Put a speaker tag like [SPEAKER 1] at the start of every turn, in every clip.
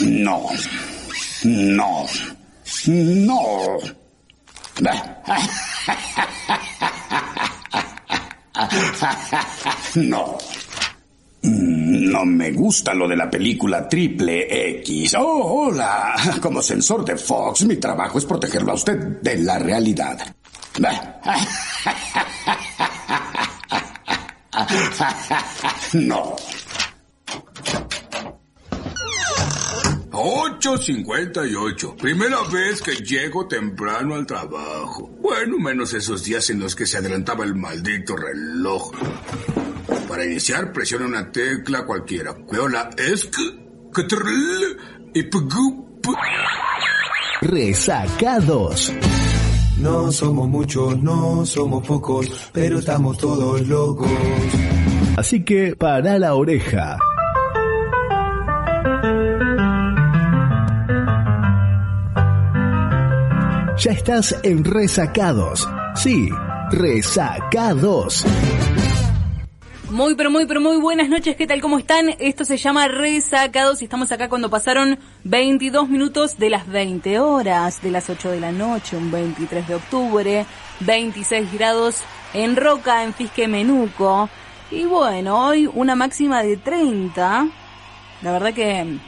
[SPEAKER 1] No. No. No. No. No me gusta lo de la película triple X. Oh, hola. Como sensor de Fox, mi trabajo es protegerlo a usted de la realidad. No.
[SPEAKER 2] 8.58. Primera vez que llego temprano al trabajo. Bueno, menos esos días en los que se adelantaba el maldito reloj. Para iniciar, presiona una tecla cualquiera. Veo la E ESC, CTRL y PGUP.
[SPEAKER 3] Resacados.
[SPEAKER 4] No somos muchos, no somos pocos, pero estamos todos locos.
[SPEAKER 3] Así que para la oreja. Ya estás en Resacados. Sí, Resacados.
[SPEAKER 5] Muy, pero muy, pero muy buenas noches. ¿Qué tal? ¿Cómo están? Esto se llama Resacados y estamos acá cuando pasaron 22 minutos de las 20 horas, de las 8 de la noche, un 23 de octubre, 26 grados en Roca, en Fisque Menuco. Y bueno, hoy una máxima de 30. La verdad que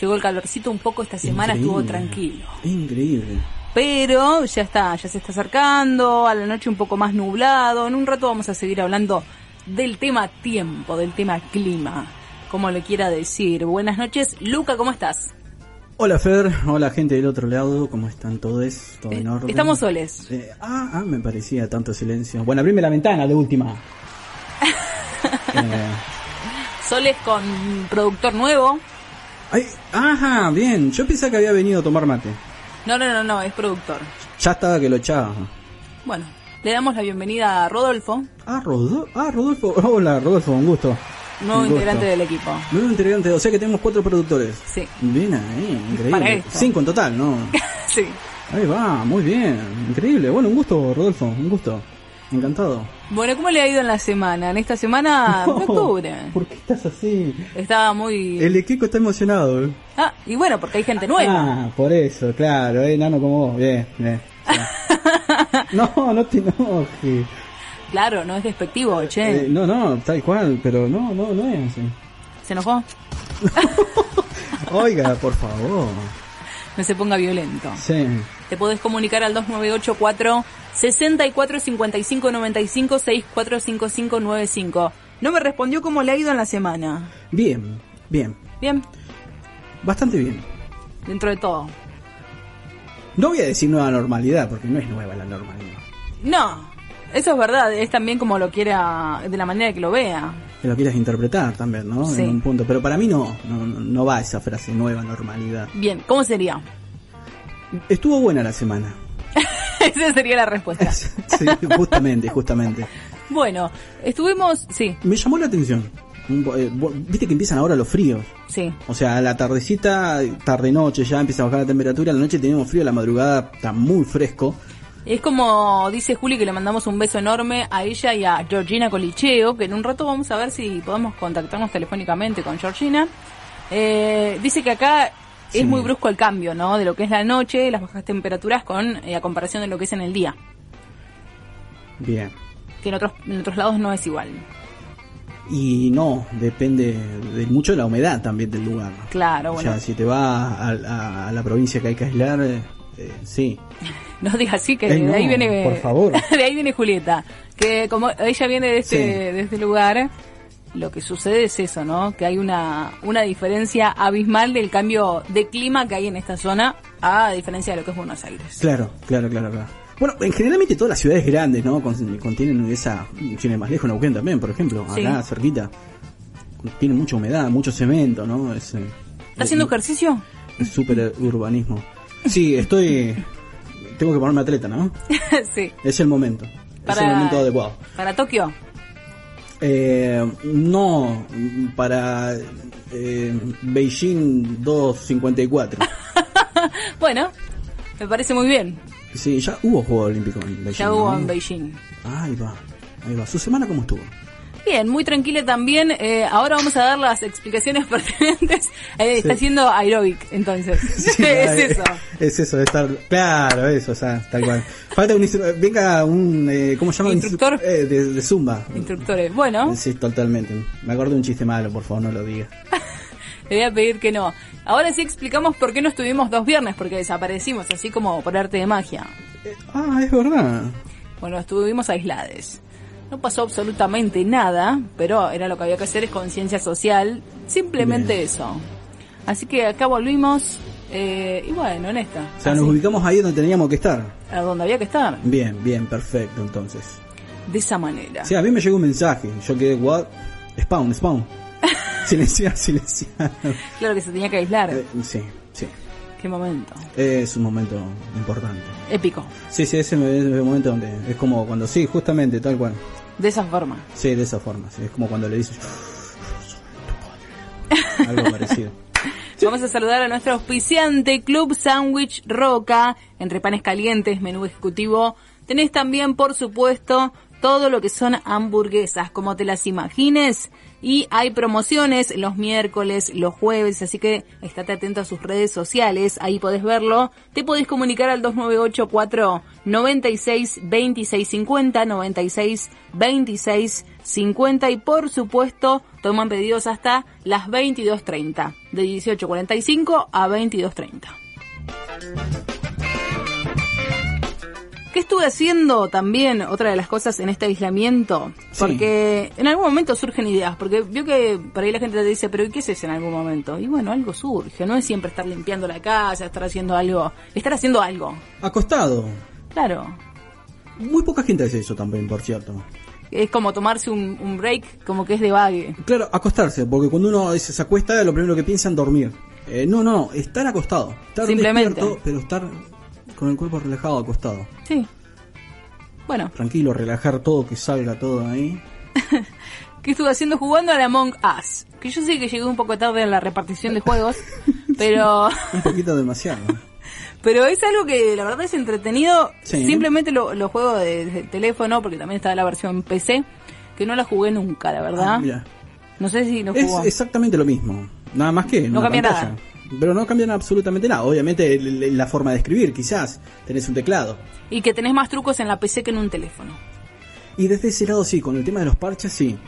[SPEAKER 5] llegó el calorcito un poco esta semana, estuvo tranquilo.
[SPEAKER 6] Increíble.
[SPEAKER 5] Pero ya está, ya se está acercando, a la noche un poco más nublado. En un rato vamos a seguir hablando del tema tiempo, del tema clima, como le quiera decir. Buenas noches, Luca, ¿cómo estás?
[SPEAKER 6] Hola Fer, hola gente del otro lado, ¿cómo están todos? ¿Todo en
[SPEAKER 5] Eh,
[SPEAKER 6] orden?
[SPEAKER 5] estamos soles.
[SPEAKER 6] Eh, ah, ah, me parecía tanto silencio. Bueno, abrime la ventana de última. Eh,
[SPEAKER 5] Soles con productor nuevo.
[SPEAKER 6] ay, ajá, bien, yo pensaba que había venido a tomar mate.
[SPEAKER 5] No, no, no, no, es productor.
[SPEAKER 6] Ya estaba que lo echaba.
[SPEAKER 5] Bueno, le damos la bienvenida a Rodolfo,
[SPEAKER 6] Ah, Rodolfo, ah, Rodolfo, hola Rodolfo, un gusto.
[SPEAKER 5] nuevo
[SPEAKER 6] Un gusto.
[SPEAKER 5] integrante del equipo.
[SPEAKER 6] Nuevo integrante, o sea que tenemos cuatro productores.
[SPEAKER 5] Sí.
[SPEAKER 6] Bien ahí,
[SPEAKER 5] Para
[SPEAKER 6] increíble.
[SPEAKER 5] esto.
[SPEAKER 6] Cinco en total, ¿no?
[SPEAKER 5] sí.
[SPEAKER 6] Ahí va, muy bien, increíble. Bueno, un gusto, Rodolfo, un gusto. Encantado.
[SPEAKER 5] Bueno, ¿cómo le ha ido en la semana? En esta semana, Ah, de octubre.
[SPEAKER 6] ¿Por qué estás así?
[SPEAKER 5] Estaba muy...
[SPEAKER 6] El equipo está emocionado. ¿eh?
[SPEAKER 5] Ah, y bueno, porque hay gente nueva.
[SPEAKER 6] Ah, por eso, claro, eh, nano como vos. Bien, bien. bien. no, no te enojes.
[SPEAKER 5] Claro, no es despectivo, che.
[SPEAKER 6] Eh, no, no, tal cual, pero no, no, no es así.
[SPEAKER 5] ¿Se enojó?
[SPEAKER 6] Oiga, por favor.
[SPEAKER 5] No se ponga violento.
[SPEAKER 6] Sí.
[SPEAKER 5] Te podés comunicar al 2984 64 55 95 64 55 95. No me respondió cómo le ha ido en la semana.
[SPEAKER 6] Bien, bien.
[SPEAKER 5] Bien,
[SPEAKER 6] Bastante bien.
[SPEAKER 5] dentro de todo.
[SPEAKER 6] No voy a decir nueva normalidad, porque no es nueva la normalidad.
[SPEAKER 5] No, eso es verdad, es también como lo quiera, de la manera que lo vea.
[SPEAKER 6] Que lo quieras interpretar también, ¿no?
[SPEAKER 5] Sí.
[SPEAKER 6] En un punto. Pero para mí no, no, no va esa frase, nueva normalidad.
[SPEAKER 5] Bien, ¿cómo sería?
[SPEAKER 6] Estuvo buena la semana.
[SPEAKER 5] Esa sería la respuesta.
[SPEAKER 6] sí, justamente, justamente.
[SPEAKER 5] Bueno, estuvimos, sí,
[SPEAKER 6] Me llamó la atención. Un po- eh, bo- Viste que empiezan ahora los fríos.
[SPEAKER 5] sí,
[SPEAKER 6] O sea, a la tardecita, tarde-noche ya empieza a bajar la temperatura, a la noche tenemos frío, a la madrugada está muy fresco.
[SPEAKER 5] Es como dice Juli que le mandamos un beso enorme a ella y a Georgina Colicheo, que en un rato vamos a ver si podemos contactarnos telefónicamente con Georgina. Eh, dice que acá es
[SPEAKER 6] Sí.
[SPEAKER 5] muy brusco el cambio, ¿no? De lo que es la noche, las bajas temperaturas con eh, a comparación de lo que es en el día,
[SPEAKER 6] Bien.
[SPEAKER 5] que en otros en otros lados no es igual.
[SPEAKER 6] Y no, depende de mucho de la humedad también del lugar.
[SPEAKER 5] Claro,
[SPEAKER 6] O
[SPEAKER 5] bueno.
[SPEAKER 6] sea, si te vas a, a- a la provincia que hay que aislar, eh, eh, sí.
[SPEAKER 5] No digas así que
[SPEAKER 6] Eh,
[SPEAKER 5] de ahí
[SPEAKER 6] no,
[SPEAKER 5] viene
[SPEAKER 6] por favor.
[SPEAKER 5] de ahí viene Julieta, que como ella viene de este
[SPEAKER 6] Sí.
[SPEAKER 5] de este lugar, lo que sucede es eso, ¿no? Que hay una una diferencia abismal del cambio de clima que hay en esta zona a diferencia de lo que es Buenos Aires.
[SPEAKER 6] Claro, claro, claro, claro. Bueno, en generalmente todas las ciudades grandes, ¿no? Con- Contienen esa... Tiene más lejos Neuquén también, por ejemplo,
[SPEAKER 5] Sí.
[SPEAKER 6] acá cerquita. Tiene mucha humedad, mucho cemento, ¿no? Es, eh,
[SPEAKER 5] ¿Está haciendo
[SPEAKER 6] eh,
[SPEAKER 5] ejercicio?
[SPEAKER 6] es Súper urbanismo. Sí, estoy... Tengo que ponerme atleta, ¿no?
[SPEAKER 5] sí.
[SPEAKER 6] Es el momento. Es el momento adecuado.
[SPEAKER 5] Para Tokio.
[SPEAKER 6] Eh, no, para eh, Beijing 254.
[SPEAKER 5] Bueno, me parece muy bien.
[SPEAKER 6] sí, ya hubo Juego Olímpico en Beijing.
[SPEAKER 5] Ya hubo
[SPEAKER 6] ¿no?
[SPEAKER 5] en Beijing.
[SPEAKER 6] Ahí va, ahí va. ¿Su semana cómo estuvo?
[SPEAKER 5] Bien, muy tranquila también. Eh, ahora vamos a dar las explicaciones pertinentes. Eh, Está haciendo aeróbic, entonces. es eso.
[SPEAKER 6] Es eso, de estar. Claro, eso, o sea, tal cual. Falta un. instru- Venga un. eh, ¿Cómo se llama?
[SPEAKER 5] Instructor.
[SPEAKER 6] Eh, de, de Zumba.
[SPEAKER 5] Instructores. Bueno,
[SPEAKER 6] Sí, totalmente. Me acuerdo de un chiste malo, por favor, no lo diga.
[SPEAKER 5] le voy a pedir que no. Ahora sí explicamos por qué no estuvimos dos viernes, porque desaparecimos, así como por arte de magia.
[SPEAKER 6] Eh, ah, es verdad.
[SPEAKER 5] Bueno, estuvimos aislades. No pasó absolutamente nada, pero era lo que había que hacer, es conciencia social. Simplemente eso. Así que acá volvimos, eh, y bueno, en esta.
[SPEAKER 6] O sea, nos ubicamos ahí donde teníamos que estar.
[SPEAKER 5] A donde había que estar.
[SPEAKER 6] Bien, bien, perfecto, entonces.
[SPEAKER 5] De esa manera.
[SPEAKER 6] O sea, a mí me llegó un mensaje. Yo quedé, what? Spawn, spawn. Silenciar, silenciar.
[SPEAKER 5] Claro que se tenía que aislar.
[SPEAKER 6] Eh, sí, sí.
[SPEAKER 5] Qué momento.
[SPEAKER 6] Es un momento importante.
[SPEAKER 5] Épico.
[SPEAKER 6] Sí, sí, ese es el momento donde es como cuando sí, justamente, tal cual.
[SPEAKER 5] De esa forma.
[SPEAKER 6] Sí, de esa forma. sí, Es como cuando le dices, "Soy tu padre". algo parecido.
[SPEAKER 5] Vamos a saludar a nuestro auspiciante Club Sandwich Roca, entre panes calientes, menú ejecutivo. Tenés también, por supuesto, todo lo que son hamburguesas, como te las imagines. Y hay promociones los miércoles, los jueves, así que estate atento a sus redes sociales, ahí podés verlo. Te podés comunicar al 2984 96 26 50, 96 26 50 y por supuesto toman pedidos hasta las 22.30, de 18.45 a 22.30. ¿Qué estuve haciendo también? Otra de las cosas en este aislamiento.
[SPEAKER 6] Sí.
[SPEAKER 5] Porque en algún momento surgen ideas. Porque vio que por ahí la gente te dice, pero ¿y qué es eso en algún momento? Y bueno, algo surge. No es siempre estar limpiando la casa, estar haciendo algo. Estar haciendo algo.
[SPEAKER 6] Acostado.
[SPEAKER 5] Claro.
[SPEAKER 6] Muy poca gente hace eso también, por cierto.
[SPEAKER 5] Es como tomarse un, un break, como que es de vague.
[SPEAKER 6] Claro, acostarse, porque cuando uno se se acuesta, lo primero que piensa en dormir. Eh, no, no, no, estar acostado. Estar
[SPEAKER 5] Simplemente.
[SPEAKER 6] despierto, pero estar con el cuerpo relajado, acostado.
[SPEAKER 5] Sí. Bueno,
[SPEAKER 6] Tranquilo, relajar todo, que salga todo ahí.
[SPEAKER 5] ¿qué estuve haciendo jugando a la Among Us? Que yo sé que llegué un poco tarde en la repartición de juegos, pero
[SPEAKER 6] Un poquito demasiado.
[SPEAKER 5] pero es algo que la verdad es entretenido.
[SPEAKER 6] Sí.
[SPEAKER 5] Simplemente lo, lo juego de, de teléfono, porque también está la versión PC, que no la jugué nunca, la verdad.
[SPEAKER 6] Ah, mira.
[SPEAKER 5] no sé si no
[SPEAKER 6] Es
[SPEAKER 5] jugó.
[SPEAKER 6] exactamente lo mismo. Nada más que. en
[SPEAKER 5] No
[SPEAKER 6] una
[SPEAKER 5] cambia
[SPEAKER 6] pantalla.
[SPEAKER 5] nada.
[SPEAKER 6] Pero no cambian absolutamente nada. Obviamente el- el- la forma de escribir, quizás. Tenés un teclado.
[SPEAKER 5] Y que tenés más trucos en la PC que en un teléfono.
[SPEAKER 6] Y desde ese lado sí, con el tema de los parches sí.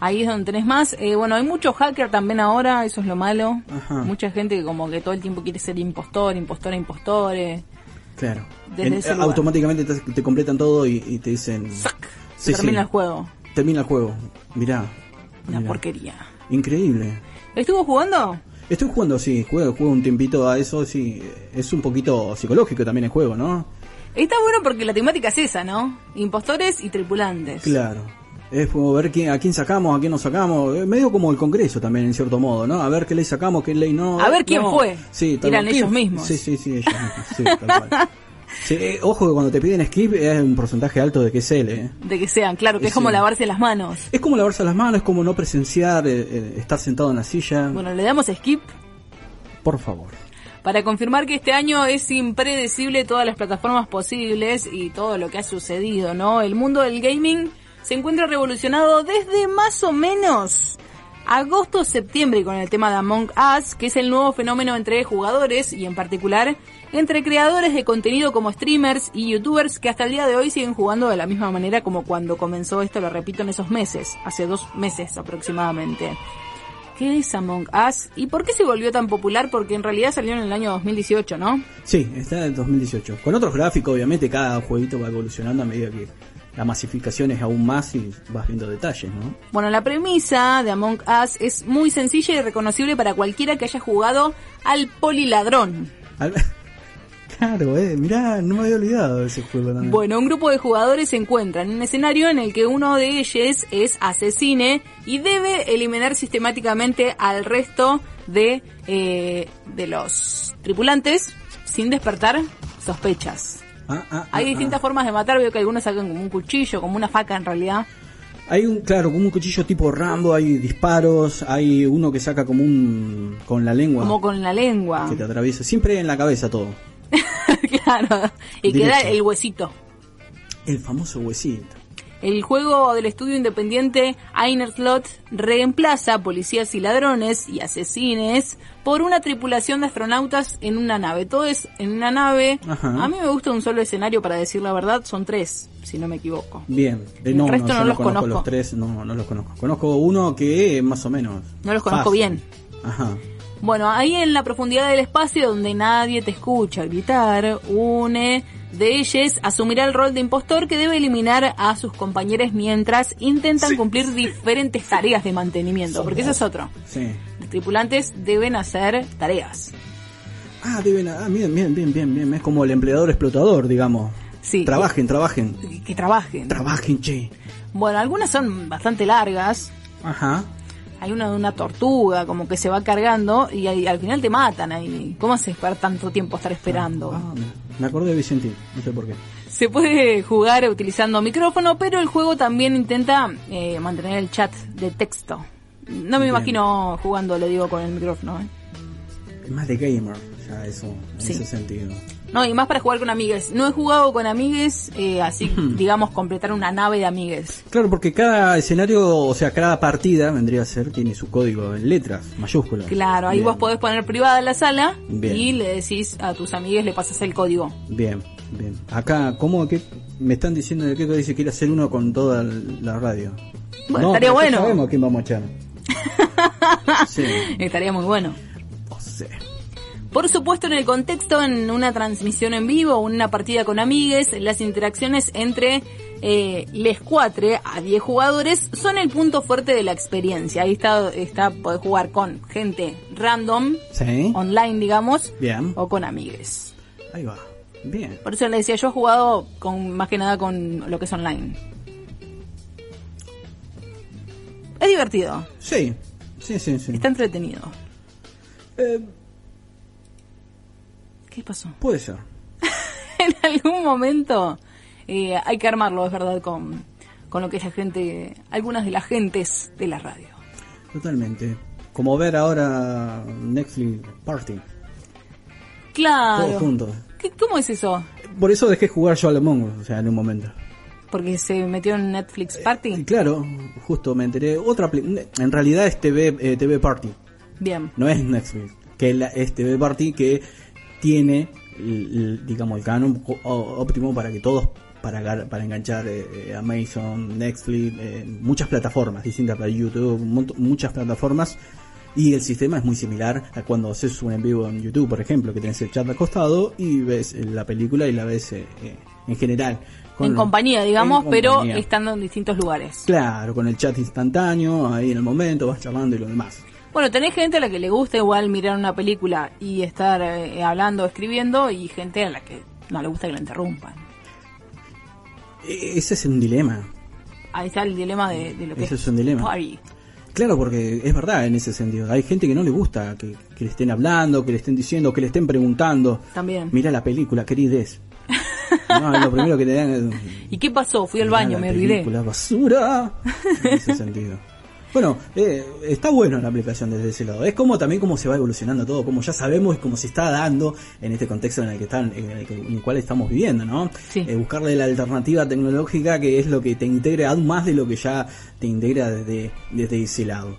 [SPEAKER 5] Ahí es donde tenés más. Eh, bueno, hay muchos hackers también ahora, eso es lo malo.
[SPEAKER 6] Ajá.
[SPEAKER 5] Mucha gente que como que todo el tiempo quiere ser impostor, eh. impostora, impostores.
[SPEAKER 6] Claro. eh,
[SPEAKER 5] Desde ese lugar.
[SPEAKER 6] automáticamente te, te completan todo y, y te dicen.
[SPEAKER 5] Se termina el juego.
[SPEAKER 6] Termina el juego. Mirá.
[SPEAKER 5] Una
[SPEAKER 6] mirá.
[SPEAKER 5] porquería.
[SPEAKER 6] Increíble.
[SPEAKER 5] ¿Estuvo jugando?
[SPEAKER 6] Estoy jugando, sí, juego, juego un tiempito a eso, sí. Es un poquito psicológico también el juego, ¿no?
[SPEAKER 5] Está bueno porque la temática es esa, ¿no? Impostores y tripulantes.
[SPEAKER 6] Claro. Es como ver quién, a quién sacamos, a quién no sacamos. Eh, medio como el Congreso también, en cierto modo, ¿no? A ver qué ley sacamos, qué ley no.
[SPEAKER 5] A ver quién
[SPEAKER 6] No.
[SPEAKER 5] fue.
[SPEAKER 6] Sí, tal
[SPEAKER 5] Eran
[SPEAKER 6] cual.
[SPEAKER 5] ellos
[SPEAKER 6] ¿Quién-
[SPEAKER 5] mismos.
[SPEAKER 6] Sí, sí, sí, ellos mismos. Sí, tal cual. Sí, eh, ojo que cuando te piden skip es un porcentaje alto de que es él, ¿eh?
[SPEAKER 5] De que sean, claro, que es como
[SPEAKER 6] Sí.
[SPEAKER 5] lavarse las manos.
[SPEAKER 6] Es como lavarse las manos, es como no presenciar, eh, eh, estar sentado en la silla.
[SPEAKER 5] Bueno, le damos skip
[SPEAKER 6] Por favor.
[SPEAKER 5] para confirmar que este año es impredecible todas las plataformas posibles y todo lo que ha sucedido, ¿no? El mundo del gaming se encuentra revolucionado desde más o menos agosto, septiembre con el tema de Among Us, que es el nuevo fenómeno entre jugadores y en particular entre creadores de contenido como streamers y youtubers que hasta el día de hoy siguen jugando de la misma manera como cuando comenzó esto, lo repito, en esos meses, hace dos meses aproximadamente. ¿Qué es Among Us? ¿Y por qué se volvió tan popular? Porque en realidad salió en el año 2018, ¿no?
[SPEAKER 6] Sí, está en 2018. Con otros gráficos, obviamente, cada jueguito va evolucionando a medida que la masificación es aún más y vas viendo detalles, ¿no?
[SPEAKER 5] Bueno, la premisa de Among Us es muy sencilla y reconocible para cualquiera que haya jugado al poliladrón.
[SPEAKER 6] Al- Claro, eh, mirá, no me había olvidado de ese juego también.
[SPEAKER 5] Bueno, un grupo de jugadores se encuentra en un escenario en el que uno de ellos es asesine y debe eliminar sistemáticamente al resto de, eh, de los tripulantes sin despertar sospechas.
[SPEAKER 6] Ah, ah,
[SPEAKER 5] Hay
[SPEAKER 6] ah,
[SPEAKER 5] distintas formas de matar, veo que algunos sacan como un cuchillo, como una faca en realidad.
[SPEAKER 6] ah. Hay un, claro, como un cuchillo tipo Rambo, hay disparos, hay uno que saca como un... con la lengua.
[SPEAKER 5] como con la lengua.
[SPEAKER 6] Que te atraviesa. Siempre en la cabeza todo.
[SPEAKER 5] claro. Y
[SPEAKER 6] Directo.
[SPEAKER 5] queda el huesito.
[SPEAKER 6] El famoso huesito.
[SPEAKER 5] El juego del estudio independiente Einerslot reemplaza policías y ladrones y asesines por una tripulación de astronautas en una nave. Todo es en una nave.
[SPEAKER 6] Ajá.
[SPEAKER 5] A mí me gusta un solo escenario, para decir la verdad, son tres, si no me equivoco.
[SPEAKER 6] Bien, Eh,
[SPEAKER 5] El
[SPEAKER 6] no,
[SPEAKER 5] resto
[SPEAKER 6] no, yo
[SPEAKER 5] no los
[SPEAKER 6] conozco,
[SPEAKER 5] conozco.
[SPEAKER 6] los tres, no, no los conozco. Conozco uno que eh, más o menos.
[SPEAKER 5] No los conozco bien.
[SPEAKER 6] Ajá.
[SPEAKER 5] Bueno, ahí en la profundidad del espacio donde nadie te escucha gritar, une de ellos asumirá el rol de impostor que debe eliminar a sus compañeros mientras intentan cumplir diferentes tareas de mantenimiento, porque ese es otro.
[SPEAKER 6] Sí.
[SPEAKER 5] Los tripulantes deben hacer tareas.
[SPEAKER 6] Ah, deben, ah, bien, bien, bien, bien, bien. Es como el empleador explotador, digamos.
[SPEAKER 5] Sí.
[SPEAKER 6] Trabajen, trabajen.
[SPEAKER 5] Que, que trabajen.
[SPEAKER 6] Trabajen, che.
[SPEAKER 5] Bueno, algunas son bastante largas.
[SPEAKER 6] Ajá.
[SPEAKER 5] Hay una de una tortuga como que se va cargando y ahí- al final te matan ahí. ¿Cómo haces para tanto tiempo estar esperando?
[SPEAKER 6] Ah, mira, me acordé de Vicentín, no sé por qué.
[SPEAKER 5] Se puede jugar utilizando micrófono, pero el juego también intenta eh, mantener el chat de texto. No me imagino jugando, lo digo, con el micrófono. ¿eh?
[SPEAKER 6] Es más de gamer, ya eso, en
[SPEAKER 5] Sí.
[SPEAKER 6] ese sentido.
[SPEAKER 5] No, y más para jugar con amigues. No he jugado con amigues, eh, así, digamos, completar una nave de amigues.
[SPEAKER 6] Claro, porque cada escenario, o sea, cada partida vendría a ser, tiene su código en letras, mayúsculas.
[SPEAKER 5] Claro, ahí
[SPEAKER 6] Bien,
[SPEAKER 5] vos podés poner privada la sala
[SPEAKER 6] Bien.
[SPEAKER 5] y le decís a tus amigues, le pasas el código.
[SPEAKER 6] Bien, bien. Acá, ¿cómo que me están diciendo de qué dice que quiere hacer uno con toda la radio?
[SPEAKER 5] Bueno, estaría
[SPEAKER 6] pero ya
[SPEAKER 5] bueno.
[SPEAKER 6] Sabemos a quién vamos a echar. sí,
[SPEAKER 5] Estaría muy bueno.
[SPEAKER 6] no sé.
[SPEAKER 5] Por supuesto, en el contexto, en una transmisión en vivo, una partida con amigues, las interacciones entre eh, les cuatre a 10 jugadores son el punto fuerte de la experiencia. Ahí está, está poder jugar con gente random,
[SPEAKER 6] Sí.
[SPEAKER 5] online, digamos,
[SPEAKER 6] Bien.
[SPEAKER 5] o con amigues.
[SPEAKER 6] Ahí va. Bien.
[SPEAKER 5] Por eso le decía, yo he jugado con más que nada con lo que es online. Es divertido,
[SPEAKER 6] Sí, sí, sí, sí.
[SPEAKER 5] está entretenido.
[SPEAKER 6] Eh,
[SPEAKER 5] ¿Qué pasó?
[SPEAKER 6] puede ser.
[SPEAKER 5] en algún momento eh, hay que armarlo, es verdad, con, con lo que es la gente, algunas de las gentes de la radio.
[SPEAKER 6] Totalmente. Como ver ahora Netflix Party.
[SPEAKER 5] Claro.
[SPEAKER 6] Todos juntos.
[SPEAKER 5] ¿Qué- ¿Cómo es eso?
[SPEAKER 6] Por eso dejé jugar yo al Among Us, o sea, en un momento.
[SPEAKER 5] Porque se metió en Netflix
[SPEAKER 6] Y
[SPEAKER 5] Party.
[SPEAKER 6] claro, justo me enteré. Otra apli- En realidad es TV, eh, TV Party.
[SPEAKER 5] Bien.
[SPEAKER 6] no es Netflix, que es, la, es TV Party que tiene, el- el, digamos, el canon co- ó- óptimo para que todos, para, agar- para enganchar eh, eh, Amazon, Netflix, eh, muchas plataformas, distintas para YouTube, un mont- muchas plataformas. Y el sistema es muy similar a cuando haces un en vivo en YouTube, por ejemplo, que tenés el chat acostado y ves eh, la película y la ves eh, eh, en general. Con-
[SPEAKER 5] en compañía, digamos,
[SPEAKER 6] en
[SPEAKER 5] pero
[SPEAKER 6] compañía.
[SPEAKER 5] estando en distintos lugares.
[SPEAKER 6] Claro, con el chat instantáneo, ahí en el momento, vas charlando y lo demás.
[SPEAKER 5] Bueno, tenés gente a la que le gusta igual mirar una película y estar eh, hablando, escribiendo, y gente a la que no le gusta que la interrumpan.
[SPEAKER 6] E- ese es un dilema.
[SPEAKER 5] Ahí está el dilema de, de lo que
[SPEAKER 6] Ese es un dilema.
[SPEAKER 5] Party.
[SPEAKER 6] Claro, porque es verdad en ese sentido. Hay gente que no le gusta que, que le estén hablando, que le estén diciendo, que le estén preguntando.
[SPEAKER 5] También.
[SPEAKER 6] Mira la película, querides. No, lo primero que te dan es...
[SPEAKER 5] ¿Y qué pasó? Fui al
[SPEAKER 6] "Mirá
[SPEAKER 5] baño,
[SPEAKER 6] la
[SPEAKER 5] me olvidé.
[SPEAKER 6] película, basura. En ese sentido. Bueno, eh, está bueno la aplicación desde ese lado. Es como también cómo se va evolucionando todo, como ya sabemos y como se está dando en este contexto en el que están, en el, que- en el cual estamos viviendo, ¿no?
[SPEAKER 5] Sí.
[SPEAKER 6] Eh, buscarle la alternativa tecnológica que es lo que te integra aún más de lo que ya te integra desde, desde ese lado.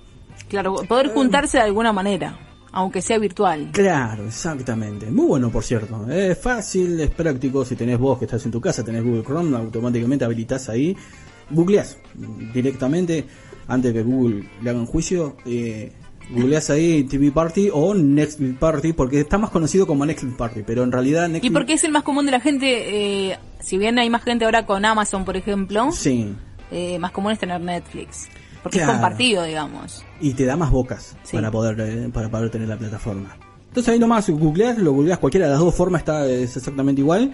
[SPEAKER 5] Claro,
[SPEAKER 6] Eh.
[SPEAKER 5] poder juntarse de alguna manera, aunque sea virtual.
[SPEAKER 6] Claro, exactamente. Muy bueno, por cierto. Es fácil, es práctico. Si tenés vos que estás en tu casa, tenés Google Chrome, automáticamente habilitás ahí. Googleás mm, directamente, antes que Google le haga un juicio. Eh, googleás ahí TV Party o Next Party, porque está más conocido como Next Party, pero en realidad Next
[SPEAKER 5] Y porque es el más común de la gente, eh, si bien hay más gente ahora con Amazon, por ejemplo,
[SPEAKER 6] Sí.
[SPEAKER 5] eh, más común es tener Netflix. Porque
[SPEAKER 6] Claro.
[SPEAKER 5] es compartido, digamos.
[SPEAKER 6] y te da más bocas
[SPEAKER 5] Sí.
[SPEAKER 6] para poder eh, para poder tener la plataforma. Entonces ahí nomás googleas, lo googleas cualquiera de las dos formas está es exactamente igual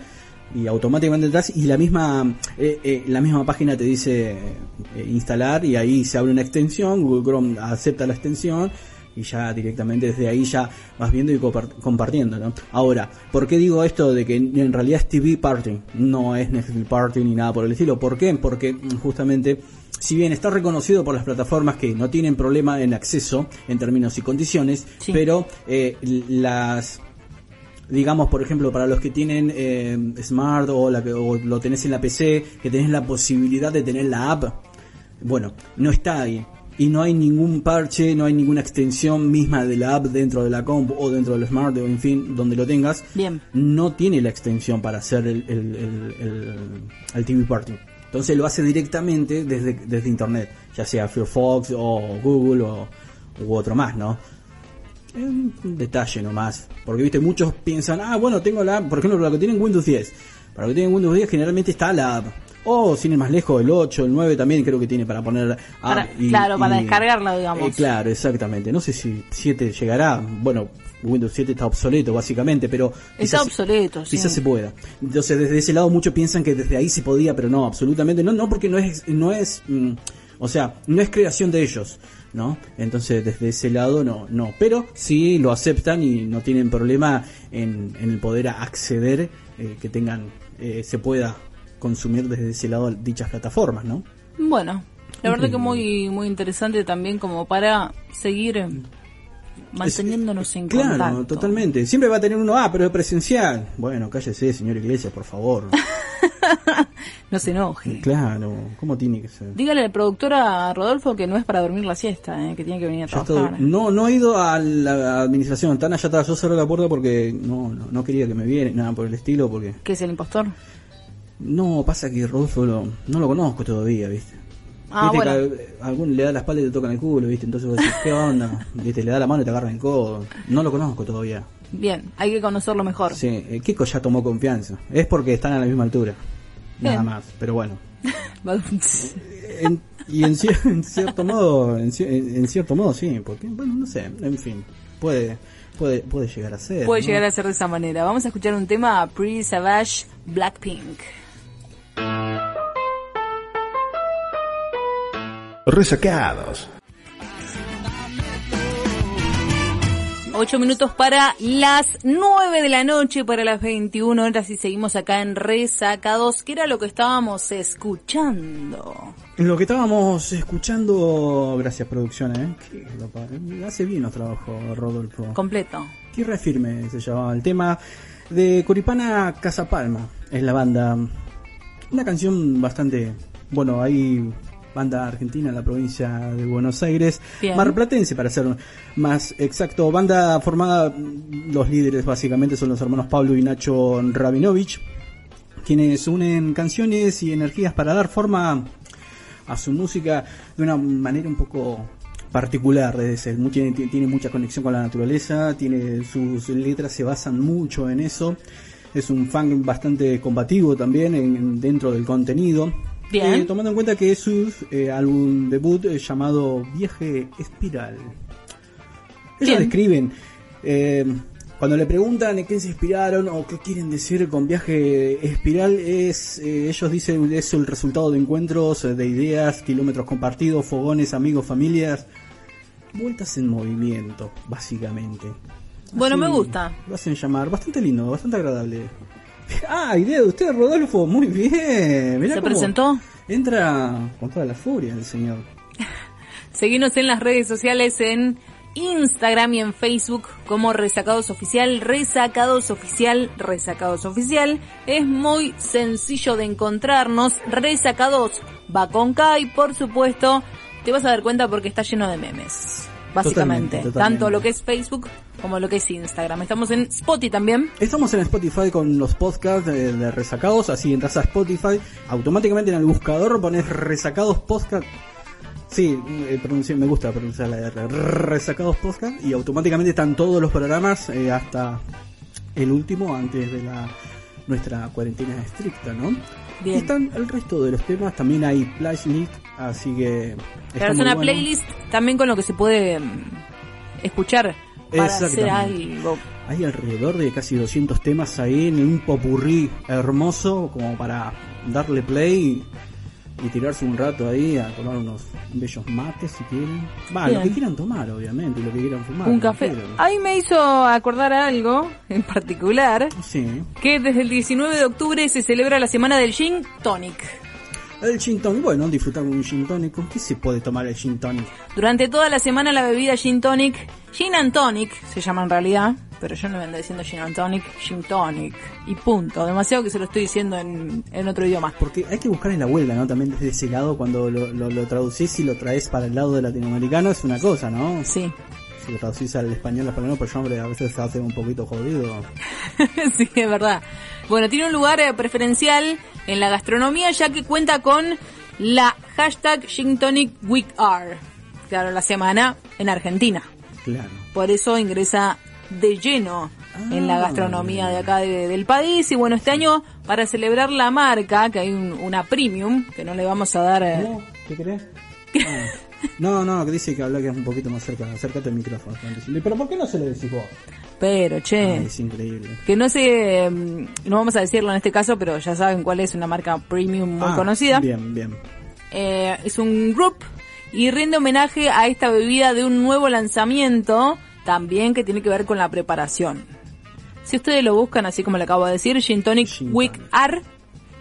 [SPEAKER 6] y automáticamente entras y la misma eh, eh, la misma página te dice eh, instalar y ahí se abre una extensión, Google Chrome acepta la extensión y ya directamente desde ahí ya vas viendo y compar- compartiendo, ¿no? Ahora, ¿por qué digo esto de que en realidad es TV Party? No es Netflix Party ni nada por el estilo. ¿Por qué? Porque mm, justamente si bien está reconocido por las plataformas que no tienen problema en acceso en términos y condiciones,
[SPEAKER 5] Sí.
[SPEAKER 6] pero eh, las digamos, por ejemplo, para los que tienen eh, Smart o, la que, o lo tenés en la PC, que tenés la posibilidad de tener la app, bueno, no está ahí. Y no hay ningún parche, no hay ninguna extensión misma de la app dentro de la comp o dentro del Smart o en fin, donde lo tengas.
[SPEAKER 5] Bien.
[SPEAKER 6] No tiene la extensión para hacer el, el- el- el- el TV Party. Entonces lo hace directamente desde, desde Internet, ya sea Firefox o Google o, u otro más, ¿no? Es un detalle nomás. Porque viste, muchos piensan, ah, bueno, tengo la app. Por ejemplo, para los que tienen Windows 10. Para los que tienen Windows 10, generalmente está la app. O, sin ir más lejos, el 8, el 9 también creo que tiene para poner app.
[SPEAKER 5] Para- claro, para descargarla, digamos.
[SPEAKER 6] Eh, claro, exactamente. No sé si 7 llegará. Bueno, Windows 7 está obsoleto, básicamente, pero.
[SPEAKER 5] Está obsoleto, sí.
[SPEAKER 6] Quizás se pueda. Entonces, desde ese lado, muchos piensan que desde ahí se podía, pero no, absolutamente no, no, porque no es, no es, mm, o sea, no es creación de ellos, ¿no? Entonces, desde ese lado, no, no. Pero sí lo aceptan y no tienen problema en, en el poder acceder, eh, que tengan, eh, se pueda consumir desde ese lado dichas plataformas, ¿no?
[SPEAKER 5] Bueno, la verdad que muy, muy interesante también como para seguir manteniéndonos en
[SPEAKER 6] Claro,
[SPEAKER 5] contacto.
[SPEAKER 6] totalmente. Siempre va a tener uno, ah, pero es presencial. Bueno, cállese, señor Iglesias, por favor.
[SPEAKER 5] No se enoje.
[SPEAKER 6] claro, ¿cómo tiene que ser?
[SPEAKER 5] Dígale a la productora a Rodolfo que no es para dormir la siesta, eh, que tiene que venir a
[SPEAKER 6] Ya está-
[SPEAKER 5] trabajar.
[SPEAKER 6] no, no he ido a la administración. Tana ya está, yo cerré la puerta porque no, no, no quería que me viera, nada por el estilo, porque...
[SPEAKER 5] ¿Qué es el impostor?
[SPEAKER 6] No, pasa que Rodolfo lo- no lo conozco todavía, ¿viste?
[SPEAKER 5] Ah,
[SPEAKER 6] Viste que
[SPEAKER 5] bueno.
[SPEAKER 6] a- a algún le da la espalda y te tocan el culo, ¿viste? Entonces vos decís, ¿qué onda? ¿Viste? Le da la mano y te agarran el codo. No lo conozco todavía.
[SPEAKER 5] Bien, hay que conocerlo mejor.
[SPEAKER 6] Sí, eh, Kiko ya tomó confianza. Es porque están a la misma altura. Nada
[SPEAKER 5] Bien.
[SPEAKER 6] más, pero bueno.
[SPEAKER 5] Va-
[SPEAKER 6] En- y en, cier- en cierto modo, en, cier- en- en cierto modo sí, porque, bueno, no sé, en fin, puede, puede, puede llegar a ser.
[SPEAKER 5] Puede
[SPEAKER 6] ¿no?
[SPEAKER 5] llegar a ser de esa manera. Vamos a escuchar un tema Pre Savage Blackpink.
[SPEAKER 3] Resacados.
[SPEAKER 5] 8 minutos para las 9 de la noche, para las 21 horas y seguimos acá en Resacados, que era lo que estábamos escuchando.
[SPEAKER 6] Lo que estábamos escuchando, gracias producción, ¿eh? Qué lopa, eh, hace bien los trabajos, Rodolfo.
[SPEAKER 5] Completo.
[SPEAKER 6] Tierra Firme se llamaba el tema de Coripana Casapalma, es la banda. Una canción bastante, bueno, hay banda argentina en la provincia de Buenos Aires,
[SPEAKER 5] Bien.
[SPEAKER 6] marplatense para ser más exacto, banda formada, los líderes básicamente son los hermanos Pablo y Nacho Rabinovich, quienes unen canciones y energías para dar forma a su música de una manera un poco particular, es decir, mu- tiene, tiene- tiene mucha conexión con la naturaleza, tiene sus letras se basan mucho en eso, es un fan bastante combativo también en- en- dentro del contenido.
[SPEAKER 5] Bien.
[SPEAKER 6] Eh, tomando en cuenta que es su eh, álbum debut eh, llamado Viaje Espiral. Ellos
[SPEAKER 5] Bien.
[SPEAKER 6] describen, eh, cuando le preguntan en qué se inspiraron o qué quieren decir con viaje espiral, es eh, ellos dicen es el resultado de encuentros, eh, de ideas, kilómetros compartidos, fogones, amigos, familias, vueltas en movimiento, básicamente.
[SPEAKER 5] Bueno,
[SPEAKER 6] Así
[SPEAKER 5] me gusta.
[SPEAKER 6] Lo hacen llamar, bastante lindo, bastante agradable. Ah, idea de usted, Rodolfo, muy bien. Mirá
[SPEAKER 5] ¿Se
[SPEAKER 6] cómo
[SPEAKER 5] presentó?
[SPEAKER 6] Entra con toda la furia el señor.
[SPEAKER 5] Seguinos en las redes sociales en Instagram y en Facebook como Resacados Oficial, Resacados Oficial, Resacados Oficial. Es muy sencillo de encontrarnos. Resacados va con K y por supuesto te vas a dar cuenta porque está lleno de memes. Básicamente,
[SPEAKER 6] Totalmente, totalmente.
[SPEAKER 5] tanto lo que es Facebook como lo que es Instagram. Estamos en Spotify también.
[SPEAKER 6] Estamos en Spotify con los podcasts de, de resacados, así entras a Spotify, automáticamente en el buscador pones resacados podcast. Sí, eh, pronuncié- me gusta pronunciar la R. Resacados podcast y automáticamente están todos los programas eh, hasta el último antes de la nuestra cuarentena estricta, ¿no?
[SPEAKER 5] Bien.
[SPEAKER 6] Y están el resto de los temas, también hay playlist, así que está
[SPEAKER 5] Claro, es
[SPEAKER 6] muy
[SPEAKER 5] una
[SPEAKER 6] bueno.
[SPEAKER 5] playlist también con lo que se puede mm, escuchar para hacer
[SPEAKER 6] Exactamente.
[SPEAKER 5] algo.
[SPEAKER 6] Hay alrededor de casi 200 temas ahí en un popurrí hermoso como para darle play y, y tirarse un rato ahí a tomar unos bellos mates si quieren. Va, lo
[SPEAKER 5] Bien.
[SPEAKER 6] que quieran tomar obviamente, y lo que quieran fumar.
[SPEAKER 5] Un
[SPEAKER 6] lo que
[SPEAKER 5] café.
[SPEAKER 6] quieran.
[SPEAKER 5] Ahí me hizo acordar algo en particular,
[SPEAKER 6] Sí.
[SPEAKER 5] que desde el 19 de octubre se celebra la semana del gin tonic.
[SPEAKER 6] El gin tonic, bueno, disfrutar con un gin tonic. ¿Con qué se puede tomar el gin tonic?
[SPEAKER 5] Durante toda la semana la bebida gin tonic, gin and tonic se llama en realidad, pero yo no me ando diciendo gin and tonic, gin tonic. Y punto. Demasiado que se lo estoy diciendo en, en otro idioma.
[SPEAKER 6] Porque hay que buscar en la huelga, ¿no? También desde ese lado, cuando lo, lo, lo traducís y lo traes para el lado de latinoamericano, es una cosa, ¿no?
[SPEAKER 5] Sí.
[SPEAKER 6] Si lo traducís al español, al español, pues yo, hombre, a veces se hace un poquito jodido.
[SPEAKER 5] sí, es verdad. Bueno, tiene un lugar eh, preferencial en la gastronomía ya que cuenta con la hashtag Gintonic Week R. Claro, la semana en Argentina.
[SPEAKER 6] Claro.
[SPEAKER 5] Por eso ingresa de lleno en la
[SPEAKER 6] Ah.
[SPEAKER 5] gastronomía de acá de- del país. Y bueno, este año para celebrar la marca, que hay un- una premium, que no le vamos a dar... eh,
[SPEAKER 6] ¿No? ¿Qué crees? No, no, que dice que habla que es un poquito más cerca. Acércate al micrófono. Juan, decirle, Pero ¿por qué no se lo decís vos?
[SPEAKER 5] Pero, che.
[SPEAKER 6] Ay, es increíble.
[SPEAKER 5] que no sé, mm, no vamos a decirlo en este caso, pero ya saben cuál es, una marca premium muy
[SPEAKER 6] Ah,
[SPEAKER 5] conocida.
[SPEAKER 6] Bien, bien.
[SPEAKER 5] Eh, es un group y rinde homenaje a esta bebida de un nuevo lanzamiento también que tiene que ver con la preparación. Si ustedes lo buscan, así como le acabo de decir, Gin Tonic
[SPEAKER 6] Gin
[SPEAKER 5] Wick
[SPEAKER 6] Tonic.
[SPEAKER 5] R,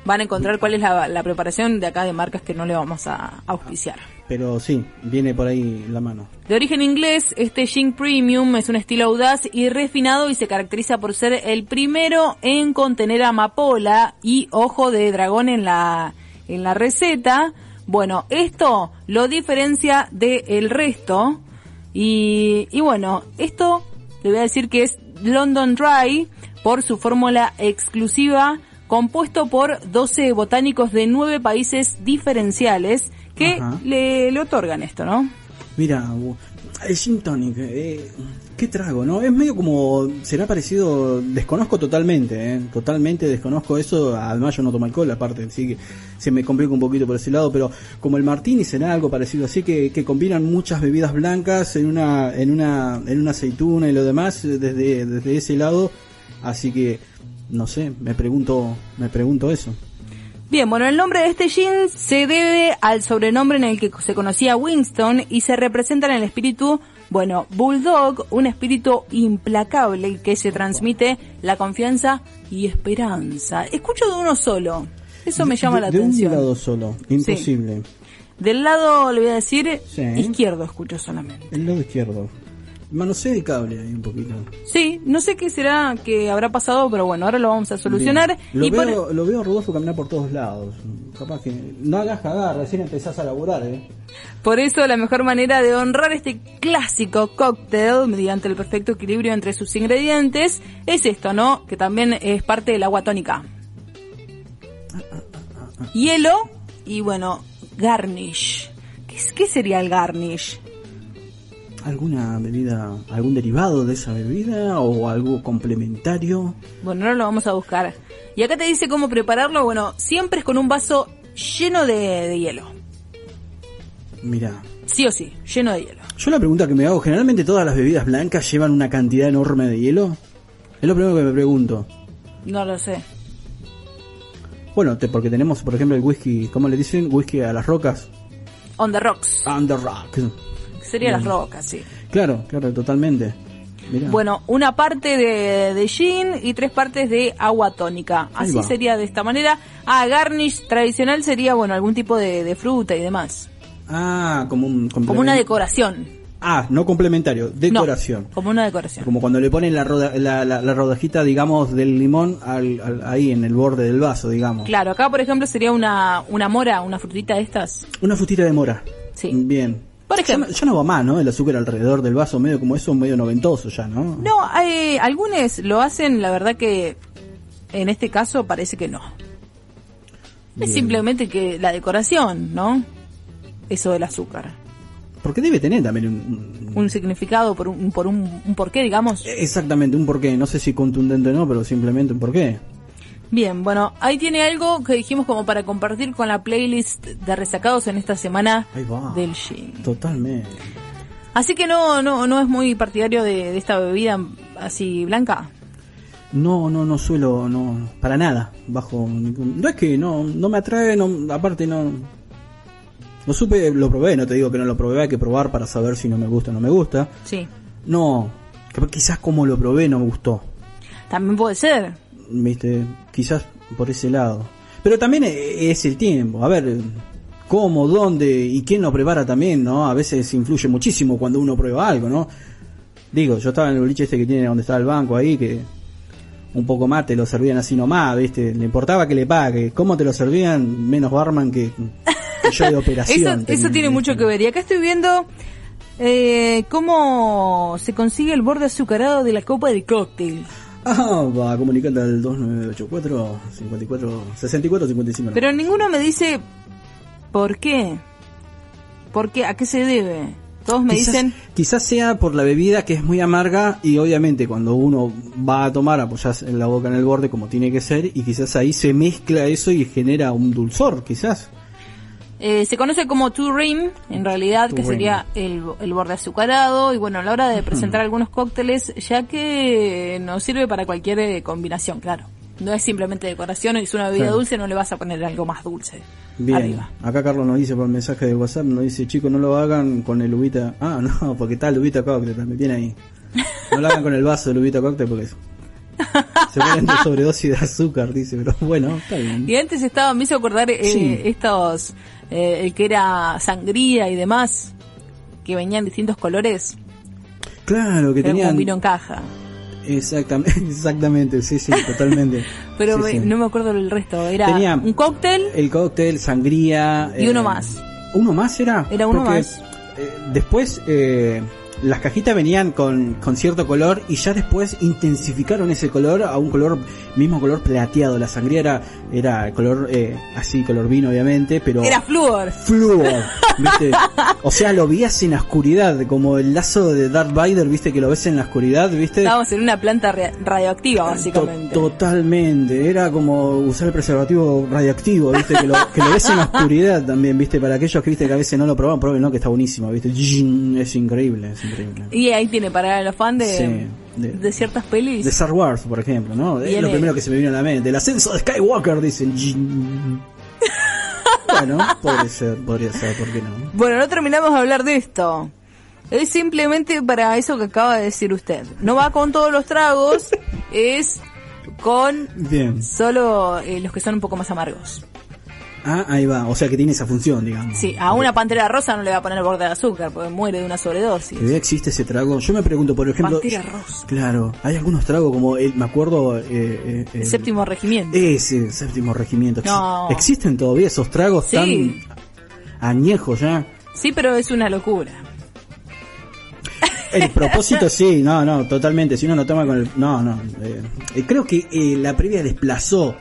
[SPEAKER 5] van a encontrar cuál es la, la preparación de acá de marcas que no le vamos a auspiciar.
[SPEAKER 6] Pero sí, viene por ahí la mano.
[SPEAKER 5] De origen inglés, este gin premium es un estilo audaz y refinado y se caracteriza por ser el primero en contener amapola y ojo de dragón en la, en la receta. Bueno, esto lo diferencia del resto. Y, y bueno, esto le voy a decir que es London Dry por su fórmula exclusiva compuesto por 12 botánicos de 9 países diferenciales que
[SPEAKER 6] Ajá.
[SPEAKER 5] le, le otorgan esto, ¿no?
[SPEAKER 6] Mira, bu- el gin tonic, eh, qué trago, ¿no? Es medio como, será parecido, desconozco totalmente, eh, totalmente desconozco eso, además yo no tomo alcohol aparte, así que se me complica un poquito por ese lado, pero como el martini será algo parecido, así que, que combinan muchas bebidas blancas en una, en una, en una aceituna y lo demás, eh, desde, desde ese lado, así que, no sé, me pregunto, me pregunto eso.
[SPEAKER 5] Bien, bueno, el nombre de este gin se debe al sobrenombre en el que se conocía Winston y se representa en el espíritu, bueno, Bulldog, un espíritu implacable que se transmite la confianza y esperanza. Escucho de uno solo. Eso me llama
[SPEAKER 6] De-
[SPEAKER 5] la
[SPEAKER 6] de
[SPEAKER 5] atención.
[SPEAKER 6] un lado solo, imposible.
[SPEAKER 5] Del lado, le voy a decir,
[SPEAKER 6] Sí.
[SPEAKER 5] izquierdo escucho solamente.
[SPEAKER 6] El lado izquierdo. Manosé el cable ahí un poquito.
[SPEAKER 5] Sí, no sé qué será que habrá pasado, pero bueno, ahora lo vamos a solucionar.
[SPEAKER 6] Bien. Lo,
[SPEAKER 5] y por-
[SPEAKER 6] veo, lo veo a Rodolfo caminar por todos lados. Capaz que no hagas cagar, recién empezás a laburar, ¿eh?
[SPEAKER 5] Por eso la mejor manera de honrar este clásico cóctel mediante el perfecto equilibrio entre sus ingredientes es esto, ¿no? Que también es parte del agua tónica. Hielo y bueno, garnish. ¿Qué, es- qué sería el garnish?
[SPEAKER 6] ¿Alguna bebida, algún derivado de esa bebida o algo complementario?
[SPEAKER 5] Bueno, ahora lo vamos a buscar. Y acá te dice cómo prepararlo. Bueno, siempre es con un vaso lleno de, de hielo.
[SPEAKER 6] Mira,
[SPEAKER 5] Sí o sí, lleno de hielo.
[SPEAKER 6] yo la pregunta que me hago, generalmente todas las bebidas blancas llevan una cantidad enorme de hielo. Es lo primero que me pregunto.
[SPEAKER 5] No lo sé.
[SPEAKER 6] Bueno, te- porque tenemos, por ejemplo, el whisky, ¿cómo le dicen? Whisky a las rocas.
[SPEAKER 5] On the rocks.
[SPEAKER 6] Under rock.
[SPEAKER 5] Sería las rocas, sí.
[SPEAKER 6] Claro, claro, totalmente. Mirá.
[SPEAKER 5] Bueno, una parte de, de gin y tres partes de agua tónica.
[SPEAKER 6] Ahí
[SPEAKER 5] Así
[SPEAKER 6] va.
[SPEAKER 5] sería de esta manera. Ah, garnish tradicional sería, bueno, algún tipo de, de fruta y demás.
[SPEAKER 6] Ah, como un
[SPEAKER 5] Como una
[SPEAKER 6] complemento.
[SPEAKER 5] decoración.
[SPEAKER 6] Ah, no complementario,
[SPEAKER 5] No,
[SPEAKER 6] decoración.
[SPEAKER 5] como una decoración.
[SPEAKER 6] Como cuando le ponen la, roda- la, la- la rodajita, digamos, del limón al, al- ahí en el borde del vaso, digamos.
[SPEAKER 5] Claro, acá por ejemplo sería una, una mora, una frutita de estas.
[SPEAKER 6] Una frutita de mora.
[SPEAKER 5] Sí.
[SPEAKER 6] Bien.
[SPEAKER 5] Por ejemplo.
[SPEAKER 6] Ya, no- ya no va más, ¿no? El azúcar alrededor del vaso, medio como eso, medio noventoso ya, ¿no?
[SPEAKER 5] No, hay, algunos lo hacen, la verdad que en este caso parece que no. Es simplemente que la decoración, ¿no? Eso del azúcar.
[SPEAKER 6] Porque debe tener también un- un-
[SPEAKER 5] Un significado por un, por un, un porqué, digamos.
[SPEAKER 6] Exactamente, un porqué. No sé si contundente o no, pero simplemente un porqué.
[SPEAKER 5] Bien, bueno, ahí tiene algo que dijimos como para compartir con la playlist de resacados en esta semana
[SPEAKER 6] Ahí va.
[SPEAKER 5] del gin.
[SPEAKER 6] Totalmente.
[SPEAKER 5] Así que no, no, no es muy partidario de, de esta bebida así blanca.
[SPEAKER 6] No, no, no suelo, no, para nada, bajo ningún... No es que no, no me atrae, no, aparte no... Lo supe, lo probé, no te digo que no lo probé, hay que probar para saber si no me gusta o no me gusta.
[SPEAKER 5] Sí.
[SPEAKER 6] No, capaz- quizás como lo probé no me gustó,
[SPEAKER 5] También puede ser.
[SPEAKER 6] viste, quizás por ese lado. Pero también eh, es el tiempo, a ver, cómo, dónde y quién lo prepara también, ¿no? A veces influye muchísimo cuando uno prueba algo, ¿no? Digo, yo estaba en el boliche este que tiene donde estaba el banco ahí, que un poco más te lo servían así nomás, ¿viste? Le importaba que le pague. ¿Cómo te lo servían? Menos barman que, que yo de
[SPEAKER 5] Eso,
[SPEAKER 6] operación.
[SPEAKER 5] eso tiene mucho que ver. Y acá estoy viendo eh, cómo se consigue el borde azucarado de la copa de cóctel.
[SPEAKER 6] Ah, va, comunicate al 2984 54 64 55.
[SPEAKER 5] Pero ninguno me dice por qué. ¿Por qué? ¿A qué se debe? Todos me
[SPEAKER 6] Quizás-
[SPEAKER 5] dicen...
[SPEAKER 6] Quizás sea por la bebida que es muy amarga y obviamente cuando uno va a tomar apoyas en la boca en el borde como tiene que ser y quizás ahí se mezcla eso y genera un dulzor, quizás.
[SPEAKER 5] Eh, se conoce como two rim, en realidad,
[SPEAKER 6] Two
[SPEAKER 5] que
[SPEAKER 6] rim.
[SPEAKER 5] sería el, el borde azucarado. Y bueno, a la hora de presentar algunos cócteles, ya que nos sirve para cualquier eh, combinación, claro. No es simplemente decoración, es una bebida
[SPEAKER 6] Claro.
[SPEAKER 5] dulce, no le vas a poner algo más dulce.
[SPEAKER 6] Bien,
[SPEAKER 5] Arriba.
[SPEAKER 6] acá Carlos nos dice por mensaje de WhatsApp, nos dice, chicos, no lo hagan con el ubita. Ah, no, porque está el ubita cóctel, también viene ahí. No lo hagan con el vaso del ubita cóctel porque es- se ponen de sobredosis de azúcar, dice, pero bueno, está bien.
[SPEAKER 5] Y antes estaba, me hizo acordar eh,
[SPEAKER 6] Sí.
[SPEAKER 5] estos, eh, el que era sangría y demás, que venían distintos colores.
[SPEAKER 6] Claro, que
[SPEAKER 5] Era como
[SPEAKER 6] tenían...
[SPEAKER 5] un vino en caja.
[SPEAKER 6] Exactamente, exactamente, sí, sí, totalmente.
[SPEAKER 5] Pero
[SPEAKER 6] Sí,
[SPEAKER 5] me-
[SPEAKER 6] sí.
[SPEAKER 5] no me acuerdo el resto. Era
[SPEAKER 6] Tenía-
[SPEAKER 5] un cóctel
[SPEAKER 6] El cóctel, sangría. eh,
[SPEAKER 5] Y uno más.
[SPEAKER 6] ¿Uno más era?
[SPEAKER 5] Era uno
[SPEAKER 6] Porque,
[SPEAKER 5] más.
[SPEAKER 6] eh, después eh, las cajitas venían con, con cierto color y ya después intensificaron ese color a un color, mismo color plateado. La sangría era, era color eh, así, color vino obviamente, pero...
[SPEAKER 5] era flúor.
[SPEAKER 6] Fluor, ¿viste? O sea, lo veías en la oscuridad, como el lazo de Darth Vader, ¿viste? Que lo ves en la oscuridad, ¿viste?
[SPEAKER 5] Estábamos en una planta re- radioactiva,
[SPEAKER 6] To-
[SPEAKER 5] básicamente.
[SPEAKER 6] totalmente, era como usar el preservativo radioactivo, viste, que lo, que lo ves en la oscuridad también, viste, para aquellos que viste que a veces no lo probaban, prueben, no, que está buenísimo, viste, Yin, es increíble, es increíble.
[SPEAKER 5] Y ahí tiene para los fans de,
[SPEAKER 6] Sí, de-
[SPEAKER 5] de, ciertas pelis.
[SPEAKER 6] De Star Wars, por ejemplo, ¿no? Es
[SPEAKER 5] Viene-
[SPEAKER 6] lo primero que se me vino a la mente, el ascenso de Skywalker, dicen, Yin. Bueno, podría ser, podría ser, ¿por qué no?
[SPEAKER 5] Bueno, no terminamos de hablar de esto. Es simplemente para eso que acaba de decir usted. No va con todos los tragos, es con
[SPEAKER 6] Bien.
[SPEAKER 5] solo eh, los que son un poco más amargos.
[SPEAKER 6] Ah, ahí va, o sea que tiene esa función, digamos.
[SPEAKER 5] Sí, a una pantera rosa no le va a poner borde de azúcar porque muere de una sobredosis.
[SPEAKER 6] Que ya existe ese trago. Yo me pregunto, por ejemplo.
[SPEAKER 5] Pantera rosa.
[SPEAKER 6] Claro, hay algunos tragos como el, me acuerdo. eh, eh,
[SPEAKER 5] El
[SPEAKER 6] el-
[SPEAKER 5] séptimo regimiento.
[SPEAKER 6] eh. Ese, séptimo regimiento. Ex-
[SPEAKER 5] No.
[SPEAKER 6] ¿Existen todavía esos tragos
[SPEAKER 5] Sí.
[SPEAKER 6] tan añejos ya?
[SPEAKER 5] Sí, pero es una locura.
[SPEAKER 6] El propósito sí, no, no, totalmente. Si uno no toma con el... No, no. eh, eh, creo que eh, la previa desplazó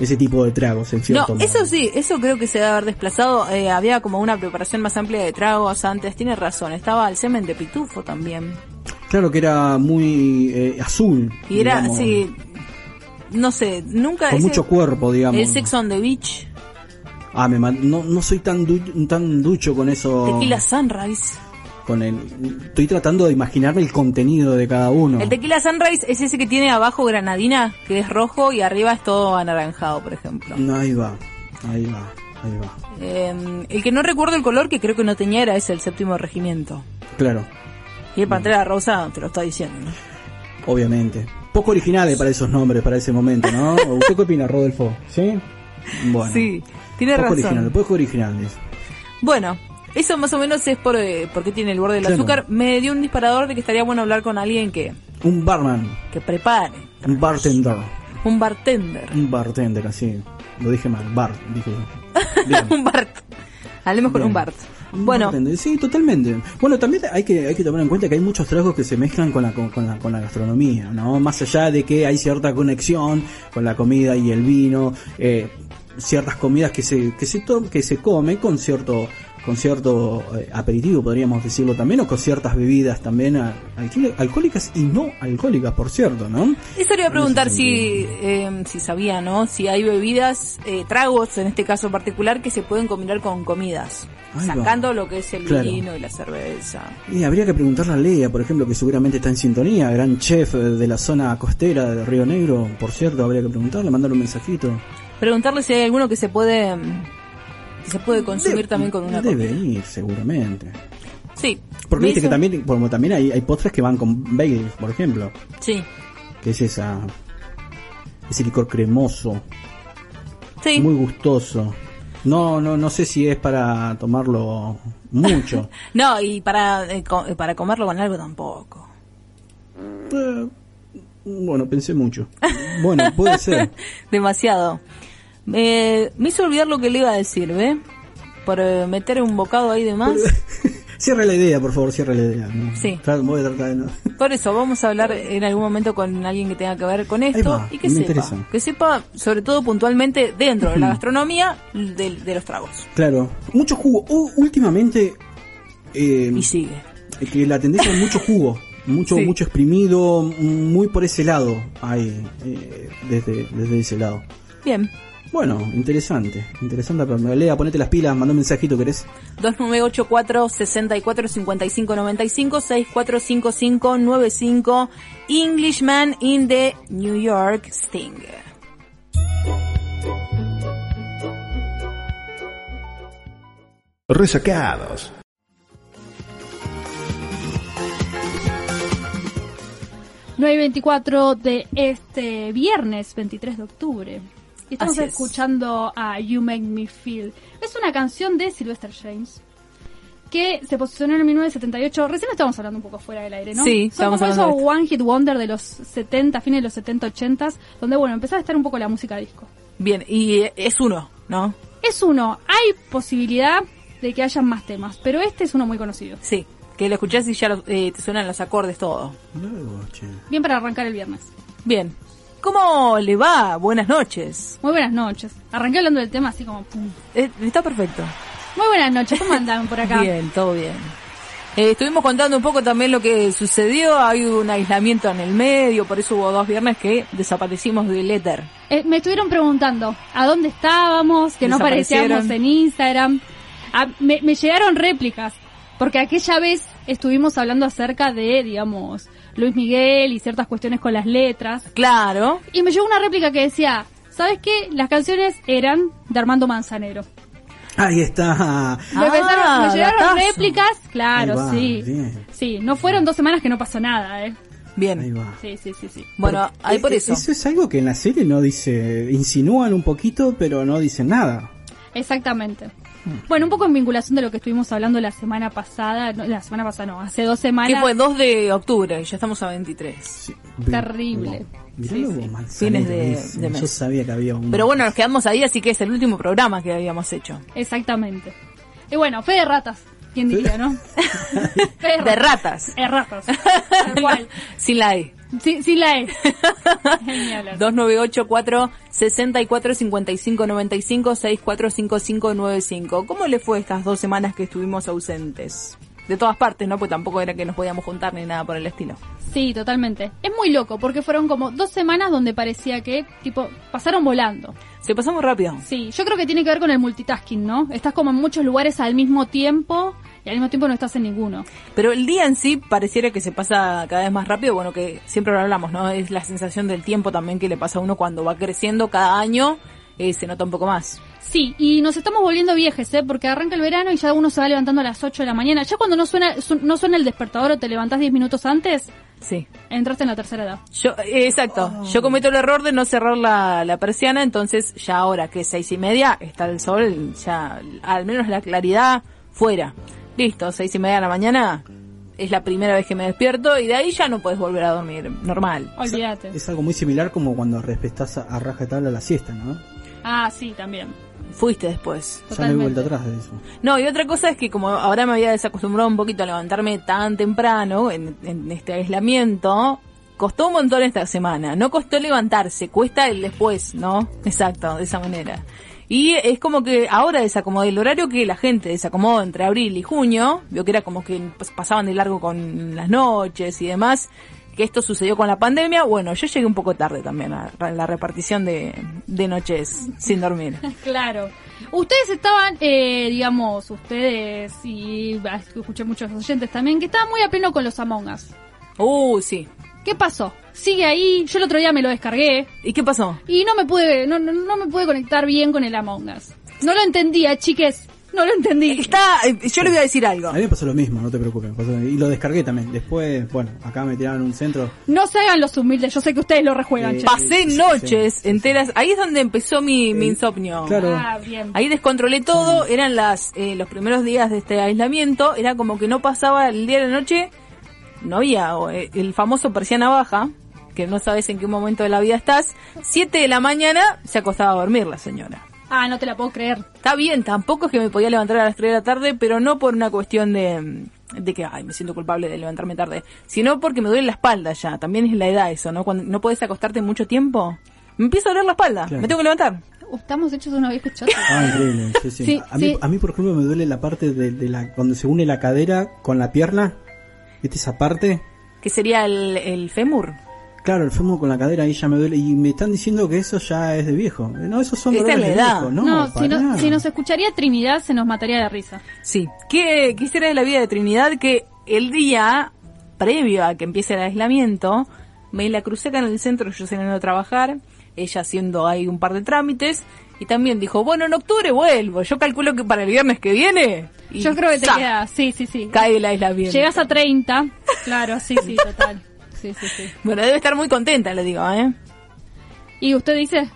[SPEAKER 6] ese tipo de tragos, en
[SPEAKER 5] No,
[SPEAKER 6] cierto modo.
[SPEAKER 5] eso sí, eso creo que se debe haber desplazado. eh, había como una preparación más amplia de tragos antes. Tiene razón, estaba el semen de pitufo también.
[SPEAKER 6] Claro que era muy eh, azul.
[SPEAKER 5] Y era
[SPEAKER 6] digamos,
[SPEAKER 5] así, no sé, nunca...
[SPEAKER 6] Con
[SPEAKER 5] ese-
[SPEAKER 6] mucho cuerpo, digamos.
[SPEAKER 5] El Sex on the Beach,
[SPEAKER 6] Ah, me man- no, no soy tan, du- tan ducho con eso.
[SPEAKER 5] Tequila Sunrise.
[SPEAKER 6] con el estoy tratando de imaginarme el contenido de cada uno
[SPEAKER 5] El Tequila Sunrise es ese que tiene abajo granadina, que es rojo, y arriba es todo anaranjado, por ejemplo.
[SPEAKER 6] ahí va ahí va ahí va
[SPEAKER 5] Eh, el que no recuerdo el color, que creo que no tenía, era ese, el séptimo regimiento.
[SPEAKER 6] claro
[SPEAKER 5] Y el Pantera Rosa, te lo está diciendo, ¿no?
[SPEAKER 6] obviamente poco originales para esos nombres para ese momento no usted qué opina Rodolfo sí bueno
[SPEAKER 5] sí, tiene
[SPEAKER 6] poco
[SPEAKER 5] razón.
[SPEAKER 6] original poco originales
[SPEAKER 5] Bueno, eso más o menos es por, eh, porque tiene el borde del
[SPEAKER 6] Claro.
[SPEAKER 5] azúcar. Me dio un disparador de que estaría bueno hablar con alguien que,
[SPEAKER 6] un barman
[SPEAKER 5] que prepare.
[SPEAKER 6] un bartender
[SPEAKER 5] Un bartender.
[SPEAKER 6] un bartender así lo dije mal bar dije yo.
[SPEAKER 5] un Bart. Hablemos con
[SPEAKER 6] Bien.
[SPEAKER 5] un Bart.
[SPEAKER 6] Un
[SPEAKER 5] Bueno,
[SPEAKER 6] bartender, sí totalmente bueno también hay que hay que tomar en cuenta que hay muchos tragos que se mezclan con la con, con la con la gastronomía no más allá de que hay cierta conexión con la comida y el vino eh, ciertas comidas que se que se to- que se come con cierto con cierto eh, aperitivo podríamos decirlo también o con ciertas bebidas también a- alquil- alcohólicas y no alcohólicas por cierto no
[SPEAKER 5] eso le iba a preguntar
[SPEAKER 6] ese
[SPEAKER 5] si, eh, si sabía, ¿no? Si hay bebidas, eh, tragos en este caso particular, que se pueden combinar con comidas.
[SPEAKER 6] Ahí va.
[SPEAKER 5] sacando lo que es el
[SPEAKER 6] Claro.
[SPEAKER 5] vino y la cerveza.
[SPEAKER 6] Y habría que preguntarle a Lea, por ejemplo, que seguramente está en sintonía, gran chef eh, de la zona costera de Río Negro, por cierto, habría que preguntarle, mandarle un mensajito.
[SPEAKER 5] Preguntarle si hay alguno que se puede, mm, que se puede consumir también con una
[SPEAKER 6] Debe
[SPEAKER 5] comida.
[SPEAKER 6] ir, seguramente.
[SPEAKER 5] Sí.
[SPEAKER 6] Porque
[SPEAKER 5] Me
[SPEAKER 6] viste que
[SPEAKER 5] hizo-
[SPEAKER 6] también, como también hay, hay postres que van con bagels, por ejemplo,
[SPEAKER 5] Sí.
[SPEAKER 6] que es esa ese licor cremoso,
[SPEAKER 5] Sí.
[SPEAKER 6] muy gustoso. No, no, no sé si es para tomarlo mucho.
[SPEAKER 5] No, y para, eh, co- eh, para comerlo con algo tampoco.
[SPEAKER 6] Eh, bueno, pensé mucho. Bueno, puede ser.
[SPEAKER 5] Demasiado. Eh, me hizo olvidar lo que le iba a decir, ¿ve? Por eh, meter un bocado ahí de más.
[SPEAKER 6] cierra la idea, por favor, cierra la idea. ¿no?
[SPEAKER 5] Sí.
[SPEAKER 6] Tra- Voy a tratar de no.
[SPEAKER 5] Por eso, vamos a hablar en algún momento con alguien que tenga que ver con
[SPEAKER 6] Ahí
[SPEAKER 5] esto
[SPEAKER 6] va,
[SPEAKER 5] y que
[SPEAKER 6] me
[SPEAKER 5] sepa.
[SPEAKER 6] interesa.
[SPEAKER 5] Que sepa, sobre todo puntualmente, dentro de la gastronomía, de, de los tragos.
[SPEAKER 6] Claro. Mucho jugo. U- últimamente. eh,
[SPEAKER 5] Y sigue.
[SPEAKER 6] que la tendencia es mucho jugo, mucho,
[SPEAKER 5] Sí.
[SPEAKER 6] mucho exprimido, muy por ese lado hay, eh, desde, desde ese lado.
[SPEAKER 5] Bien.
[SPEAKER 6] Bueno, interesante, interesante la Lea, ponete las pilas, manda un mensajito, ¿querés?
[SPEAKER 5] 2984 6455 95 6455 95 Englishman in the New York Sting.
[SPEAKER 3] Resacados.
[SPEAKER 7] No hay 24 de este viernes, 23 de octubre. Y estamos
[SPEAKER 5] Así es.
[SPEAKER 7] escuchando a You Make Me Feel. Es una canción de Sylvester James que se posicionó en 1978. Recién estábamos hablando un poco fuera del aire, ¿no?
[SPEAKER 5] Sí,
[SPEAKER 7] Son
[SPEAKER 5] estábamos
[SPEAKER 7] como
[SPEAKER 5] hablando
[SPEAKER 7] esos One Hit Wonder de los 70, fines de los 70, 80, donde, bueno, empezaba a estar un poco la música disco.
[SPEAKER 5] Bien, y eh, es uno, ¿no?
[SPEAKER 7] Es uno, hay posibilidad de que hayan más temas, pero este es uno muy conocido.
[SPEAKER 5] Sí, que lo escuchás y ya lo- eh, te suenan los acordes todo.
[SPEAKER 6] Luego, che.
[SPEAKER 7] Bien para arrancar el viernes.
[SPEAKER 5] Bien. ¿Cómo le va? Buenas noches.
[SPEAKER 7] Muy buenas noches. Arranqué hablando del tema así como pum.
[SPEAKER 5] Eh, está perfecto.
[SPEAKER 7] Muy buenas noches, ¿cómo andan por acá?
[SPEAKER 5] Bien, todo bien. Eh, estuvimos contando un poco también lo que sucedió. Hay un aislamiento en el medio, por eso hubo dos viernes que desaparecimos del éter.
[SPEAKER 7] Eh, me estuvieron preguntando a dónde estábamos, que no
[SPEAKER 5] Desaparecieron.
[SPEAKER 7] aparecíamos en Instagram. Ah, me, me llegaron réplicas, porque aquella vez estuvimos hablando acerca de, digamos, Luis Miguel y ciertas cuestiones con las letras.
[SPEAKER 5] Claro.
[SPEAKER 7] Y me llegó una réplica que decía, ¿sabes qué? Las canciones eran de Armando Manzanero.
[SPEAKER 6] Ahí está.
[SPEAKER 7] Me,
[SPEAKER 5] Ah,
[SPEAKER 7] empezaron- me llegaron
[SPEAKER 5] datazo.
[SPEAKER 7] réplicas, claro,
[SPEAKER 6] Ahí va,
[SPEAKER 7] sí.
[SPEAKER 6] bien.
[SPEAKER 7] Sí, no fueron dos semanas que no pasó nada, ¿eh?
[SPEAKER 5] Bien.
[SPEAKER 6] Ahí va.
[SPEAKER 7] Sí, sí, sí, sí.
[SPEAKER 5] Bueno,
[SPEAKER 6] Porque
[SPEAKER 5] ahí por
[SPEAKER 6] e-
[SPEAKER 5] eso.
[SPEAKER 6] Eso es algo que en la serie no dice, insinúan un poquito, pero no dicen nada.
[SPEAKER 7] Exactamente. Bueno, un poco en vinculación de lo que estuvimos hablando la semana pasada, no, la semana pasada no, hace dos
[SPEAKER 5] Que
[SPEAKER 7] semanas.
[SPEAKER 5] fue 2 de octubre, ya estamos a 23.
[SPEAKER 6] Sí.
[SPEAKER 7] Terrible.
[SPEAKER 6] Mirá
[SPEAKER 5] Sí,
[SPEAKER 6] lo
[SPEAKER 5] sí.
[SPEAKER 6] manzanero
[SPEAKER 5] Fines de-
[SPEAKER 6] ese.
[SPEAKER 5] de mes.
[SPEAKER 6] Yo sabía que había un...
[SPEAKER 5] Pero bueno, nos quedamos ahí, así que es el último programa que habíamos hecho.
[SPEAKER 7] Exactamente. Y bueno, fe de ratas, ¿quién diría, no? fe
[SPEAKER 5] De ratas.
[SPEAKER 7] De ratas. Tal cual.
[SPEAKER 5] Sin la E.
[SPEAKER 7] Sí, sí la es. Genial.
[SPEAKER 5] 2984 6455 95 645595. ¿Cómo le fue estas dos semanas que estuvimos ausentes? De todas partes, ¿no? Pues tampoco era que nos podíamos juntar ni nada por el estilo.
[SPEAKER 7] Sí, totalmente. Es muy loco porque fueron como dos semanas donde parecía que, tipo, pasaron volando.
[SPEAKER 5] Se pasamos rápido.
[SPEAKER 7] Sí, yo creo que tiene que ver con el multitasking, ¿no? Estás como en muchos lugares al mismo tiempo y al mismo tiempo no estás en ninguno.
[SPEAKER 5] Pero el día en sí pareciera que se pasa cada vez más rápido, bueno, que siempre lo hablamos, ¿no? Es la sensación del tiempo también que le pasa a uno cuando va creciendo cada año, eh, se nota un poco más.
[SPEAKER 7] Sí, y nos estamos volviendo viejes, ¿eh? Porque arranca el verano y ya uno se va levantando a las 8 de la mañana. Ya cuando no suena, su- no suena el despertador o te levantás 10 minutos antes,
[SPEAKER 5] Sí.
[SPEAKER 7] entraste en la tercera edad.
[SPEAKER 5] Yo, eh, exacto. Yo cometo el error de no cerrar la, la persiana, entonces ya ahora que es seis y media está el sol, ya al menos la claridad fuera. Listo, seis y media de la mañana es la primera vez que me despierto y de ahí ya no puedes volver a dormir normal.
[SPEAKER 7] Olvídate.
[SPEAKER 6] Es algo muy similar como cuando respetás a, a raja de tabla la siesta, ¿no?
[SPEAKER 7] Ah, sí, también.
[SPEAKER 5] Fuiste después.
[SPEAKER 6] Ya no hay
[SPEAKER 7] Totalmente.
[SPEAKER 6] vuelta atrás de eso.
[SPEAKER 5] No, y otra cosa es que como ahora me había desacostumbrado un poquito a levantarme tan temprano en, en este aislamiento, costó un montón esta semana. No costó levantarse, cuesta el después, ¿no? Exacto, de esa manera. Y es como que ahora desacomodé el horario que la gente desacomodó entre abril y junio, vio que era como que pas- pasaban de largo con las noches y demás, que esto sucedió con la pandemia, bueno, yo llegué un poco tarde también a a la repartición de, de noches sin dormir.
[SPEAKER 7] Claro. Ustedes estaban, eh, digamos, ustedes y ah, escuché muchos oyentes también, que estaban muy a pleno con los Among Us.
[SPEAKER 5] Uh, sí.
[SPEAKER 7] ¿Qué pasó? Sigue ahí. Yo el otro día me lo descargué.
[SPEAKER 5] ¿Y qué pasó?
[SPEAKER 7] Y no me pude, no, no, no me pude conectar bien con el Among Us. No lo entendía, chiques. No lo entendí.
[SPEAKER 5] Está, eh, yo le voy a decir algo.
[SPEAKER 6] A mí me pasó lo mismo, no te preocupes. me pasó lo mismo. y lo descargué también. Después, bueno, acá me tiraron un centro.
[SPEAKER 7] No se hagan los humildes, yo sé que ustedes lo rejuegan,
[SPEAKER 6] Eh,
[SPEAKER 7] che.
[SPEAKER 5] Pasé
[SPEAKER 6] Sí, sí,
[SPEAKER 5] noches
[SPEAKER 6] sí, sí.
[SPEAKER 5] enteras. Ahí es donde empezó mi, mi insomnio.
[SPEAKER 6] Claro.
[SPEAKER 7] Ah, bien.
[SPEAKER 5] Ahí descontrolé todo. Eran las eh, los primeros días de este aislamiento. Era como que no pasaba el día de la noche no había o, eh, el famoso persiana baja, que no sabes en qué momento de la vida estás, 7 de la mañana se acostaba a dormir la señora.
[SPEAKER 7] Ah, no te la puedo creer.
[SPEAKER 5] Está bien, tampoco es que me podía levantar a las 3 de la tarde, pero no por una cuestión de, mm, de que, ay, me siento culpable de levantarme tarde, sino porque me duele la espalda ya. También es la edad eso, ¿no? Cuando no podés acostarte mucho tiempo, me empieza a doler la espalda,
[SPEAKER 6] Claro.
[SPEAKER 5] me tengo que levantar.
[SPEAKER 7] Uh, Estamos hechos de una vieja chota.
[SPEAKER 6] Ah, increíble. Sí, sí.
[SPEAKER 7] Sí,
[SPEAKER 6] a, mí,
[SPEAKER 7] sí.
[SPEAKER 6] a mí, por ejemplo, me duele la parte de, de la cuando se une la cadera con la pierna. ¿Viste esa parte?
[SPEAKER 5] Que sería el, el fémur.
[SPEAKER 6] Claro, el fémur con la cadera ahí ya me duele. Y me están diciendo que eso ya es de viejo. No, esos son
[SPEAKER 5] Esa
[SPEAKER 6] dolores
[SPEAKER 5] es la
[SPEAKER 6] de
[SPEAKER 5] edad.
[SPEAKER 6] viejo.
[SPEAKER 7] No,
[SPEAKER 6] No,
[SPEAKER 7] si, no-
[SPEAKER 6] pará.
[SPEAKER 7] si nos escucharía Trinidad se nos mataría de risa.
[SPEAKER 5] Sí. ¿Qué, qué será de la vida de Trinidad que el día previo a que empiece el aislamiento, me la crucé acá en el centro, yo saliendo a trabajar, ella haciendo ahí un par de trámites, y también dijo, bueno, en octubre vuelvo, yo calculo que para el viernes que viene. y
[SPEAKER 7] Yo creo que te
[SPEAKER 5] ¡za!
[SPEAKER 7] queda. Sí, sí, sí.
[SPEAKER 5] Cae el aislamiento.
[SPEAKER 7] Llegas a 30. Claro, sí, sí, total. Sí, sí, sí.
[SPEAKER 5] Bueno, debe estar muy contenta, le digo, ¿eh?
[SPEAKER 7] ¿Y usted dice?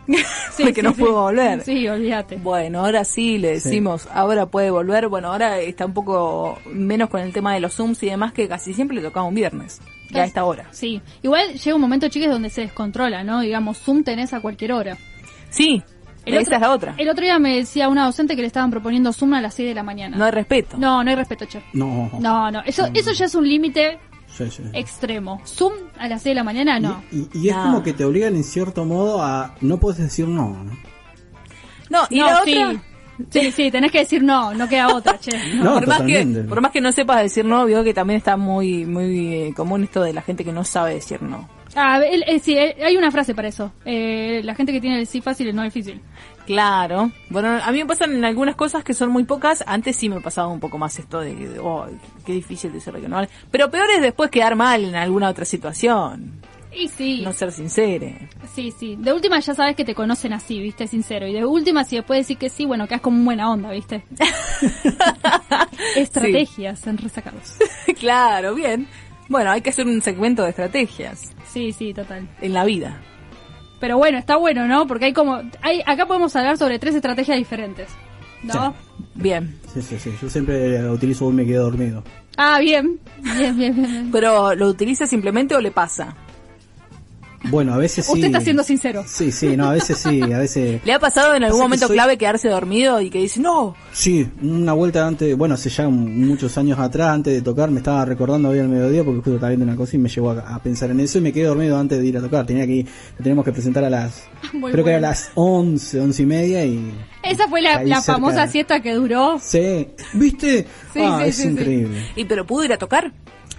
[SPEAKER 5] Porque no puedo volver.
[SPEAKER 7] Sí, olvídate.
[SPEAKER 5] Bueno, ahora sí le decimos, ahora puede volver. Bueno, ahora está un poco menos con el tema de los Zooms y demás, que casi siempre le tocaba un viernes, ya a esta hora.
[SPEAKER 7] Sí. Igual llega un momento, chicas, donde se descontrola, ¿no? Digamos, Zoom tenés a cualquier hora.
[SPEAKER 5] Sí,
[SPEAKER 7] El
[SPEAKER 5] esa
[SPEAKER 7] otro-
[SPEAKER 5] es la otra.
[SPEAKER 7] El otro día me decía una docente que le estaban proponiendo Zoom a las 6 de la mañana.
[SPEAKER 5] No hay respeto.
[SPEAKER 7] no, no hay respeto, che.
[SPEAKER 6] No,
[SPEAKER 7] No, no. Eso,
[SPEAKER 5] Mm.
[SPEAKER 7] eso ya es un límite
[SPEAKER 6] Sí, sí.
[SPEAKER 7] extremo. Zoom a las 6 de la mañana, no.
[SPEAKER 6] Y, y- y es
[SPEAKER 5] No.
[SPEAKER 6] como que te obligan en cierto modo a no puedes decir no. ¿no?
[SPEAKER 5] No, y
[SPEAKER 7] no,
[SPEAKER 5] la
[SPEAKER 7] sí.
[SPEAKER 5] otra.
[SPEAKER 7] Sí, sí, tenés que decir no, no queda otra, che.
[SPEAKER 6] No,
[SPEAKER 5] por, más que,
[SPEAKER 6] totalmente.
[SPEAKER 5] por más que no sepas decir no, veo que también está muy muy eh, común esto de la gente que no sabe decir no.
[SPEAKER 7] Ah, él- eh, sí, eh, hay una frase para eso. Eh, la gente que tiene el sí fácil el no difícil.
[SPEAKER 5] Claro. Bueno, a mí me pasan en algunas cosas que son muy pocas. Antes sí me pasaba un poco más esto de, que, oh, qué difícil decir que no. vale". Pero peor es después quedar mal en alguna otra situación.
[SPEAKER 7] Y sí,
[SPEAKER 5] No ser sincero.
[SPEAKER 7] sí, sí. De última ya sabes que te conocen así, viste, sincero. Y de última, si después decís que sí, bueno, quedas como un buena onda, viste. Estrategias en resacados.
[SPEAKER 5] claro, bien. Bueno, hay que hacer un segmento de estrategias
[SPEAKER 7] Sí, sí, total.
[SPEAKER 5] en la vida.
[SPEAKER 7] Pero bueno, está bueno, ¿no? Porque hay como... Hay, acá podemos hablar sobre tres estrategias diferentes. ¿No?
[SPEAKER 5] Bien.
[SPEAKER 6] Sí, sí, sí. Yo siempre la utilizo y me quedo dormido.
[SPEAKER 7] Ah, bien. Bien, bien, bien. bien.
[SPEAKER 5] Pero, ¿lo utiliza simplemente o le pasa?
[SPEAKER 6] Bueno, a veces sí.
[SPEAKER 7] Usted está siendo sincero.
[SPEAKER 6] Sí, sí, no, a veces sí, a veces.
[SPEAKER 5] ¿Le ha pasado en algún
[SPEAKER 6] Pasa que
[SPEAKER 5] momento
[SPEAKER 6] soy-
[SPEAKER 5] clave quedarse dormido y que dice, no,
[SPEAKER 6] Sí, una vuelta antes, bueno, hace ya un- muchos años atrás, antes de tocar, me estaba recordando hoy al mediodía porque justo estaba viendo una cosa y me llevó a, a pensar en eso y me quedé dormido antes de ir a tocar. Tenía que ir, lo teníamos que presentar a las,
[SPEAKER 7] Muy
[SPEAKER 6] creo que era a
[SPEAKER 7] bueno.
[SPEAKER 6] las 11, 11 y media y...
[SPEAKER 7] Esa fue la,
[SPEAKER 6] Ahí
[SPEAKER 7] la
[SPEAKER 6] cerca.
[SPEAKER 7] famosa siesta que duró.
[SPEAKER 6] Sí, ¿viste?
[SPEAKER 7] Sí,
[SPEAKER 6] ah,
[SPEAKER 7] sí,
[SPEAKER 6] es
[SPEAKER 7] sí, sí.
[SPEAKER 6] increíble.
[SPEAKER 5] y pero pudo ir a tocar?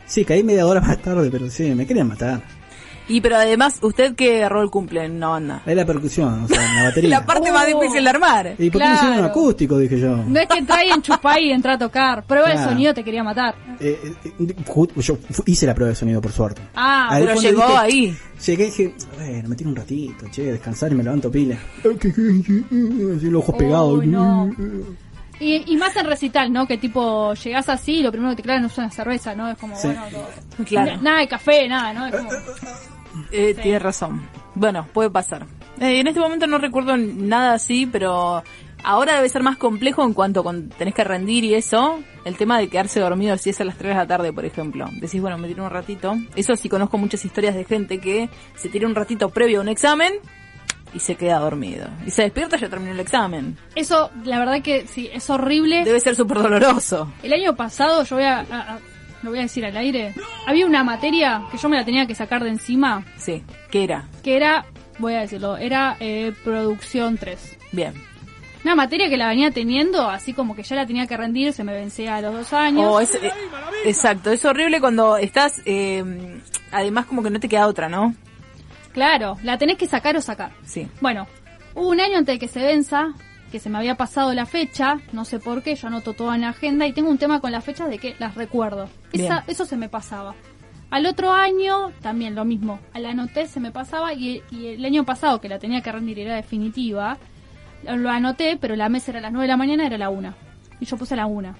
[SPEAKER 6] Sí, caí media hora más tarde, pero sí, me querían matar.
[SPEAKER 5] Y pero además, ¿usted qué rol cumple en una banda?
[SPEAKER 6] Es la percusión, o sea, la batería.
[SPEAKER 5] La parte más
[SPEAKER 7] Oh.
[SPEAKER 5] difícil de armar.
[SPEAKER 6] ¿Y por qué no hicieron un
[SPEAKER 7] Claro.
[SPEAKER 6] acústico? Dije yo.
[SPEAKER 7] No es que entrá y enchupá y entrá a tocar. Prueba de
[SPEAKER 6] Claro.
[SPEAKER 7] sonido te quería matar.
[SPEAKER 6] Eh, eh, eh, ju- yo fu- hice la prueba de sonido, por suerte.
[SPEAKER 7] Ah,
[SPEAKER 6] Ahí
[SPEAKER 5] pero
[SPEAKER 6] fue donde
[SPEAKER 5] llegó
[SPEAKER 6] dije-
[SPEAKER 5] ahí.
[SPEAKER 6] Llegué y dije, bueno, me tiro un ratito, che, descansar y me levanto pila. Así los ojos pegados. mm.
[SPEAKER 7] Uy, no. Y, y más en recital, ¿no? Que tipo, llegás así y lo primero que te clavan es una cerveza, ¿no? Es como,
[SPEAKER 6] Sí.
[SPEAKER 7] bueno, todo-
[SPEAKER 5] Claro,
[SPEAKER 7] nada de café, nada, ¿no? Es como,
[SPEAKER 5] eh, tiene razón. Bueno, puede pasar. Eh, en este momento no recuerdo nada así, pero ahora debe ser más complejo en cuanto con, tenés que rendir y eso. El tema de quedarse dormido si es a las 3 de la tarde, por ejemplo. Decís, bueno, me tiro un ratito. Eso sí conozco muchas historias de gente que se tira un ratito previo a un examen y se queda dormido. Y se despierta y ya terminó el examen.
[SPEAKER 7] eso, la verdad que sí, es horrible.
[SPEAKER 5] Debe ser súper doloroso.
[SPEAKER 7] El año pasado, yo voy a, a- a- lo voy a decir al aire, había una materia que yo me la tenía que sacar de encima,
[SPEAKER 5] Sí, ¿qué era?
[SPEAKER 7] que era, voy a decirlo, era eh, producción 3.
[SPEAKER 5] Bien.
[SPEAKER 7] Una materia que la venía teniendo, así como que ya la tenía que rendir, se me vencía a los dos años.
[SPEAKER 5] Oh, es, eh, exacto, es horrible cuando estás, eh, además como que no te queda otra, ¿no?
[SPEAKER 7] Claro, la tenés que sacar o sacar.
[SPEAKER 5] Sí.
[SPEAKER 7] Bueno, hubo un año antes de que se venza, que se me había pasado la fecha, no sé por qué, yo anoto todo en la agenda y tengo un tema con las fechas de que las recuerdo. Esa-
[SPEAKER 5] Bien.
[SPEAKER 7] eso se me pasaba. Al otro año también lo mismo, la anoté, se me pasaba y, y el año pasado que la tenía que rendir era definitiva, lo anoté, pero la mesa era a las 9 de la mañana, era la 1. Y yo puse la 1.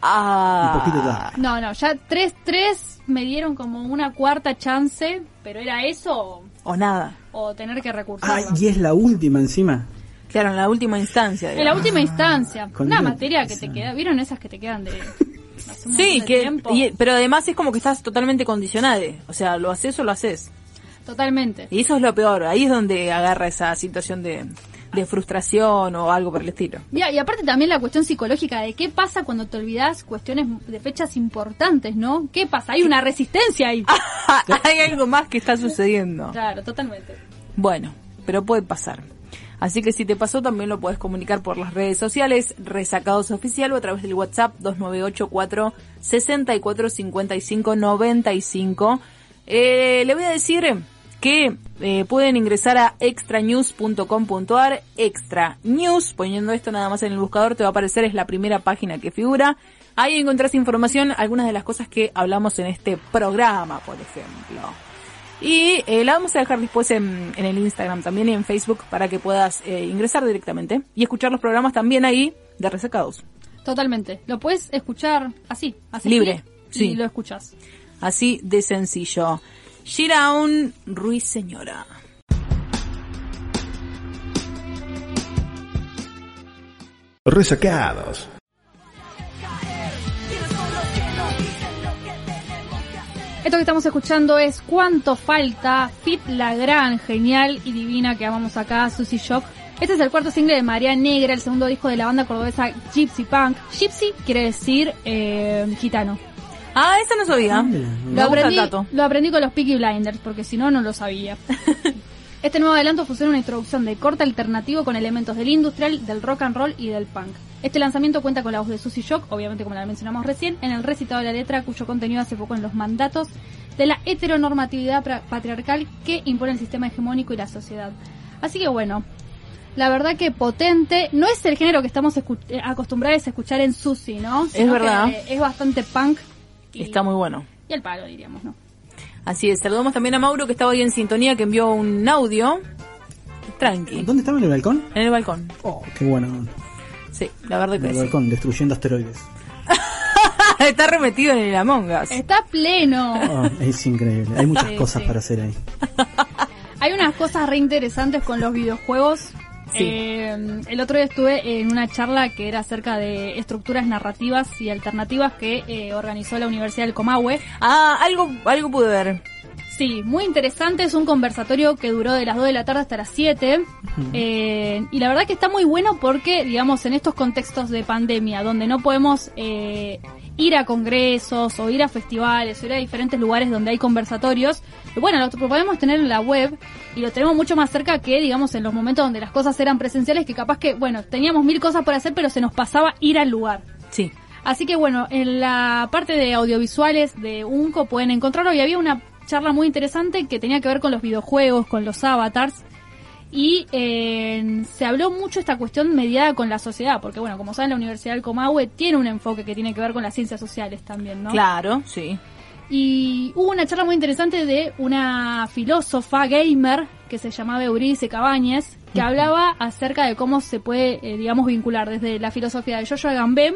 [SPEAKER 5] Ah.
[SPEAKER 6] Un poquito tarde.
[SPEAKER 7] No, no, ya 3-3 me dieron como una cuarta chance, pero era eso o,
[SPEAKER 5] O nada.
[SPEAKER 7] o tener que recursar.
[SPEAKER 6] Ay, y es la última encima.
[SPEAKER 5] Claro, en la última instancia.
[SPEAKER 7] En la
[SPEAKER 5] digamos.
[SPEAKER 7] última instancia,
[SPEAKER 6] Ah, con
[SPEAKER 7] una
[SPEAKER 6] una
[SPEAKER 7] materia que te
[SPEAKER 6] persona.
[SPEAKER 7] queda, ¿vieron esas que te quedan de no sé, es un
[SPEAKER 5] Sí,
[SPEAKER 7] montón de
[SPEAKER 5] que,
[SPEAKER 7] tiempo.
[SPEAKER 5] y- pero además es como que estás totalmente condicionado. O sea, lo haces o lo haces.
[SPEAKER 7] Totalmente.
[SPEAKER 5] Y eso es lo peor. Ahí es donde agarra esa situación de, de frustración o algo por el estilo.
[SPEAKER 7] Mira, y aparte también la cuestión psicológica de qué pasa cuando te olvidas cuestiones de fechas importantes, ¿no? ¿Qué pasa? Hay una resistencia ahí.
[SPEAKER 5] Ah. Hay algo más que está sucediendo.
[SPEAKER 7] Claro, totalmente.
[SPEAKER 5] Bueno, pero puede pasar. Así que si te pasó también lo puedes comunicar por las redes sociales, Resacados Oficial o a través del WhatsApp 2984 6455 95. Eh, le voy a decir que eh, pueden ingresar a extranews.com.ar, extra news, poniendo esto nada más en el buscador te va a aparecer, es la primera página que figura. Ahí encontrás información, algunas de las cosas que hablamos en este programa, por ejemplo. Y eh, la vamos a dejar después en, en el Instagram también y en Facebook para que puedas eh, ingresar directamente y escuchar los programas también ahí de Resecados.
[SPEAKER 7] Totalmente. Lo puedes escuchar así, así.
[SPEAKER 5] Libre, sí.
[SPEAKER 7] Y lo escuchas.
[SPEAKER 5] Así de sencillo. Giraun Ruiz Señora.
[SPEAKER 3] Resacados.
[SPEAKER 7] Esto que estamos escuchando es Cuánto Falta, Fit la gran, genial y divina que amamos acá, Susie Shock. Este es el cuarto single de María Negra, el segundo disco de la banda cordobesa Gypsy Punk. Gypsy quiere decir eh, gitano.
[SPEAKER 5] Ah, esa no sabía. Me
[SPEAKER 7] Lo
[SPEAKER 5] gusta el
[SPEAKER 7] aprendí,
[SPEAKER 5] dato.
[SPEAKER 7] lo aprendí con los Peaky Blinders, porque si no, no lo sabía. Este nuevo adelanto fusiona una introducción de corte alternativo con elementos del industrial, del rock and roll y del punk. Este lanzamiento cuenta con la voz de Susie Shock, obviamente como la mencionamos recién, en el recitado de la letra, cuyo contenido hace poco en los mandatos de la heteronormatividad pra- patriarcal que impone el sistema hegemónico y la sociedad. Así que bueno, la verdad que potente, no es el género que estamos escu- eh, acostumbrados a escuchar en Susie, ¿no? Sino que,
[SPEAKER 5] verdad.
[SPEAKER 7] eh, es bastante punk. y-
[SPEAKER 5] Está muy bueno.
[SPEAKER 7] y al palo, diríamos, ¿no?
[SPEAKER 5] Así es, saludamos también a Mauro que estaba ahí en sintonía, que envió un audio. Tranqui.
[SPEAKER 6] ¿Dónde estaba en el balcón?
[SPEAKER 5] En el balcón.
[SPEAKER 6] Oh, qué bueno.
[SPEAKER 5] Sí, la verdad
[SPEAKER 6] En
[SPEAKER 5] que
[SPEAKER 6] el
[SPEAKER 5] sí.
[SPEAKER 6] balcón, destruyendo asteroides.
[SPEAKER 5] Está remetido en el Among Us.
[SPEAKER 7] Está pleno.
[SPEAKER 6] Oh, es increíble. Hay muchas
[SPEAKER 7] Sí,
[SPEAKER 6] cosas
[SPEAKER 7] sí.
[SPEAKER 6] para hacer ahí.
[SPEAKER 7] Hay unas cosas re interesantes con los videojuegos.
[SPEAKER 5] Sí.
[SPEAKER 7] Eh, el otro día estuve en una charla que era acerca de estructuras narrativas y alternativas que eh, organizó la Universidad del Comahue.
[SPEAKER 5] Ah, algo, algo pude ver.
[SPEAKER 7] Sí, muy interesante. Es un conversatorio que duró de las 2 de la tarde hasta las 7. Eh, y la verdad que está muy bueno porque, digamos, en estos contextos de pandemia, donde no podemos eh, ir a congresos o ir a festivales o ir a diferentes lugares donde hay conversatorios, bueno, lo podemos tener en la web y lo tenemos mucho más cerca que, digamos, en los momentos donde las cosas eran presenciales, que capaz que, bueno, teníamos mil cosas por hacer, pero se nos pasaba ir al lugar.
[SPEAKER 5] Sí.
[SPEAKER 7] Así que bueno, en la parte de audiovisuales de Unco pueden encontrarlo y había una charla muy interesante que tenía que ver con los videojuegos, con los avatars y eh, se habló mucho esta cuestión mediada con la sociedad, porque bueno, como saben la Universidad del Comahue tiene un enfoque que tiene que ver con las ciencias sociales también, ¿no?
[SPEAKER 5] Claro, sí.
[SPEAKER 7] Y hubo una charla muy interesante de una filósofa gamer que se llamaba Euridice Cabañas, que hablaba acerca de cómo se puede, eh, digamos, vincular desde la filosofía de Joshua Gambem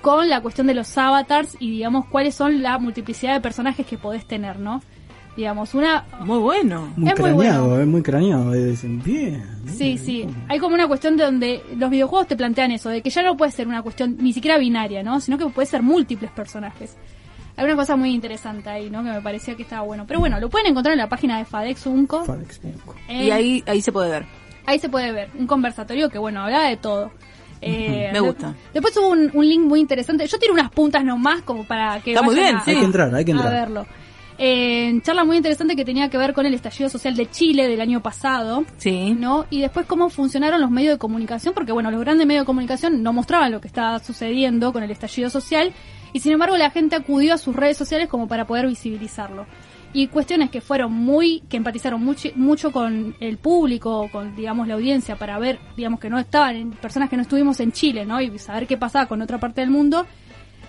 [SPEAKER 7] con la cuestión de los avatars y, digamos, cuáles son la multiplicidad de personajes que podés tener, ¿no? Digamos, una...
[SPEAKER 5] Muy bueno.
[SPEAKER 6] Muy
[SPEAKER 7] Es muy
[SPEAKER 6] craneado,
[SPEAKER 7] bueno.
[SPEAKER 6] es muy craneado. Es bien.
[SPEAKER 7] Sí, sí. Hay como una cuestión de donde los videojuegos te plantean eso, de que ya no puede ser una cuestión ni siquiera binaria, ¿no? Sino que puede ser múltiples personajes. Hay una cosa muy interesante ahí, ¿no? Que me parecía que estaba bueno. Pero bueno, lo pueden encontrar en la página de Fadex Unco.
[SPEAKER 6] Fadex, Unco.
[SPEAKER 7] Eh,
[SPEAKER 5] Y ahí, ahí se puede ver.
[SPEAKER 7] ahí se puede ver un conversatorio que, bueno, hablaba de todo. Eh,
[SPEAKER 5] Me
[SPEAKER 7] de-
[SPEAKER 5] gusta.
[SPEAKER 7] después hubo un, un link muy interesante. Yo tiro unas puntas nomás como para que
[SPEAKER 5] Está muy
[SPEAKER 7] vayan
[SPEAKER 5] bien,
[SPEAKER 7] a-
[SPEAKER 5] sí.
[SPEAKER 6] Hay que entrar, hay que
[SPEAKER 7] a
[SPEAKER 6] entrar.
[SPEAKER 7] verlo. Eh, charla muy interesante que tenía que ver con el estallido social de Chile del año pasado.
[SPEAKER 5] Sí.
[SPEAKER 7] ¿no? Y después cómo funcionaron los medios de comunicación, porque bueno, los grandes medios de comunicación no mostraban lo que estaba sucediendo con el estallido social, y sin embargo la gente acudió a sus redes sociales como para poder visibilizarlo. Y cuestiones que fueron muy, que empatizaron mucho, mucho con el público, con, digamos, la audiencia, para ver, digamos, que no estaban, en- personas que no estuvimos en Chile, ¿no? Y saber qué pasaba con otra parte del mundo,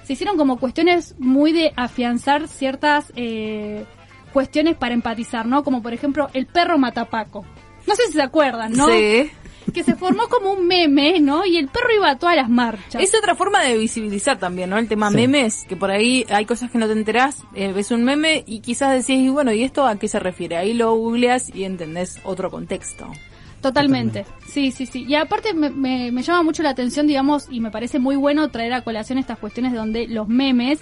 [SPEAKER 7] se hicieron como cuestiones muy de afianzar ciertas eh, cuestiones para empatizar, ¿no? Como por ejemplo el perro matapaco. No sé si se acuerdan, ¿no?
[SPEAKER 5] Sí.
[SPEAKER 7] Que se formó como un meme, ¿no? Y el perro iba a todas las marchas.
[SPEAKER 5] Es otra forma de visibilizar también, ¿no? El tema memes, que por ahí hay cosas que no te enterás, eh, ves un meme y quizás decís, y bueno, ¿y esto a qué se refiere? Ahí lo googleas y entendés otro contexto.
[SPEAKER 7] Totalmente. Sí, sí, sí. Y aparte me, me- me llama mucho la atención, digamos, y me parece muy bueno traer a colación estas cuestiones donde los memes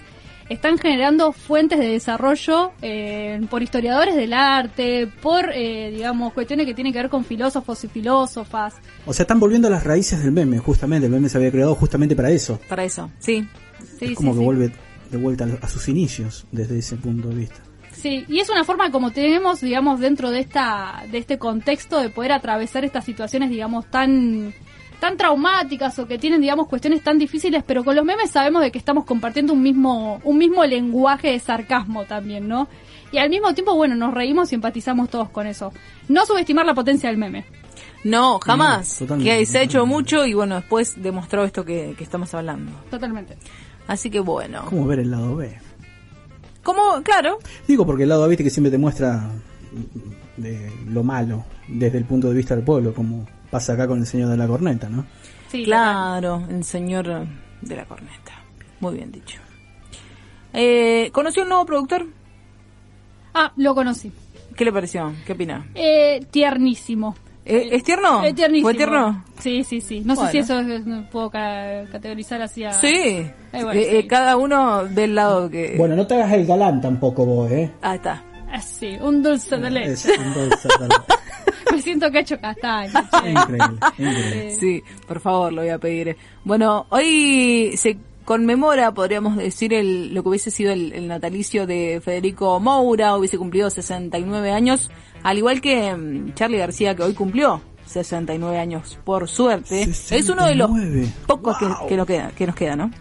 [SPEAKER 7] están generando fuentes de desarrollo eh, por historiadores del arte, por, eh, digamos, cuestiones que tienen que ver con filósofos y filósofas.
[SPEAKER 6] O sea, están volviendo a las raíces del meme, justamente. El meme se había creado justamente para eso.
[SPEAKER 5] Para eso, sí.
[SPEAKER 7] Sí,
[SPEAKER 6] es como
[SPEAKER 7] sí,
[SPEAKER 6] que
[SPEAKER 7] sí.
[SPEAKER 6] vuelve de vuelta a lo- a sus inicios desde ese punto de vista.
[SPEAKER 7] Sí, y es una forma como tenemos, digamos, dentro de esta de este contexto de poder atravesar estas situaciones, digamos, tan tan traumáticas o que tienen, digamos, cuestiones tan difíciles, pero con los memes sabemos de que estamos compartiendo un mismo un mismo lenguaje de sarcasmo también, ¿no? Y al mismo tiempo, bueno, nos reímos y empatizamos todos con eso. No subestimar la potencia del meme.
[SPEAKER 5] No, jamás.
[SPEAKER 6] No, totalmente.
[SPEAKER 5] que se ha hecho mucho y bueno, después demostró esto que, que estamos hablando.
[SPEAKER 7] Totalmente.
[SPEAKER 5] Así que bueno.
[SPEAKER 6] ¿Cómo ver el lado B?
[SPEAKER 5] Como, claro,
[SPEAKER 6] Digo porque el lado A, viste, que siempre te muestra mm, de lo malo desde el punto de vista del pueblo, como pasa acá con el señor de la corneta, ¿no?
[SPEAKER 7] Sí,
[SPEAKER 5] claro, el señor de la corneta. Muy bien dicho. Eh, ¿Conoció un nuevo productor?
[SPEAKER 7] Ah, lo conocí.
[SPEAKER 5] ¿Qué le pareció? ¿Qué opina?
[SPEAKER 7] Eh, tiernísimo.
[SPEAKER 5] ¿Eh, ¿Es tierno?
[SPEAKER 7] Eh, tiernísimo.
[SPEAKER 5] ¿Fue tierno?
[SPEAKER 7] Sí, sí, sí. No
[SPEAKER 5] Bueno.
[SPEAKER 7] sé si eso es- no puedo ca- categorizar así a...
[SPEAKER 5] Sí.
[SPEAKER 7] bueno,
[SPEAKER 5] Eh, eh,
[SPEAKER 7] sí.
[SPEAKER 5] cada uno del lado que...
[SPEAKER 6] Bueno, no te hagas el galán tampoco vos, ¿eh?
[SPEAKER 5] Ah, está.
[SPEAKER 7] Ah, Sí, un dulce de
[SPEAKER 6] Es
[SPEAKER 7] leche.
[SPEAKER 6] un dulce, perdón.
[SPEAKER 7] Me siento cacho castaño. che.
[SPEAKER 6] increíble, increíble.
[SPEAKER 7] Eh,
[SPEAKER 5] Sí, por favor, lo voy a pedir. eh. Bueno, hoy se conmemora, podríamos decir, el, lo que hubiese sido el, el natalicio de Federico Moura, hubiese cumplido 69 años, al igual que mm, Charly García, que hoy cumplió 69 años, por suerte. Es uno de los
[SPEAKER 6] 69.
[SPEAKER 5] pocos que, que nos queda, que nos queda, ¿no?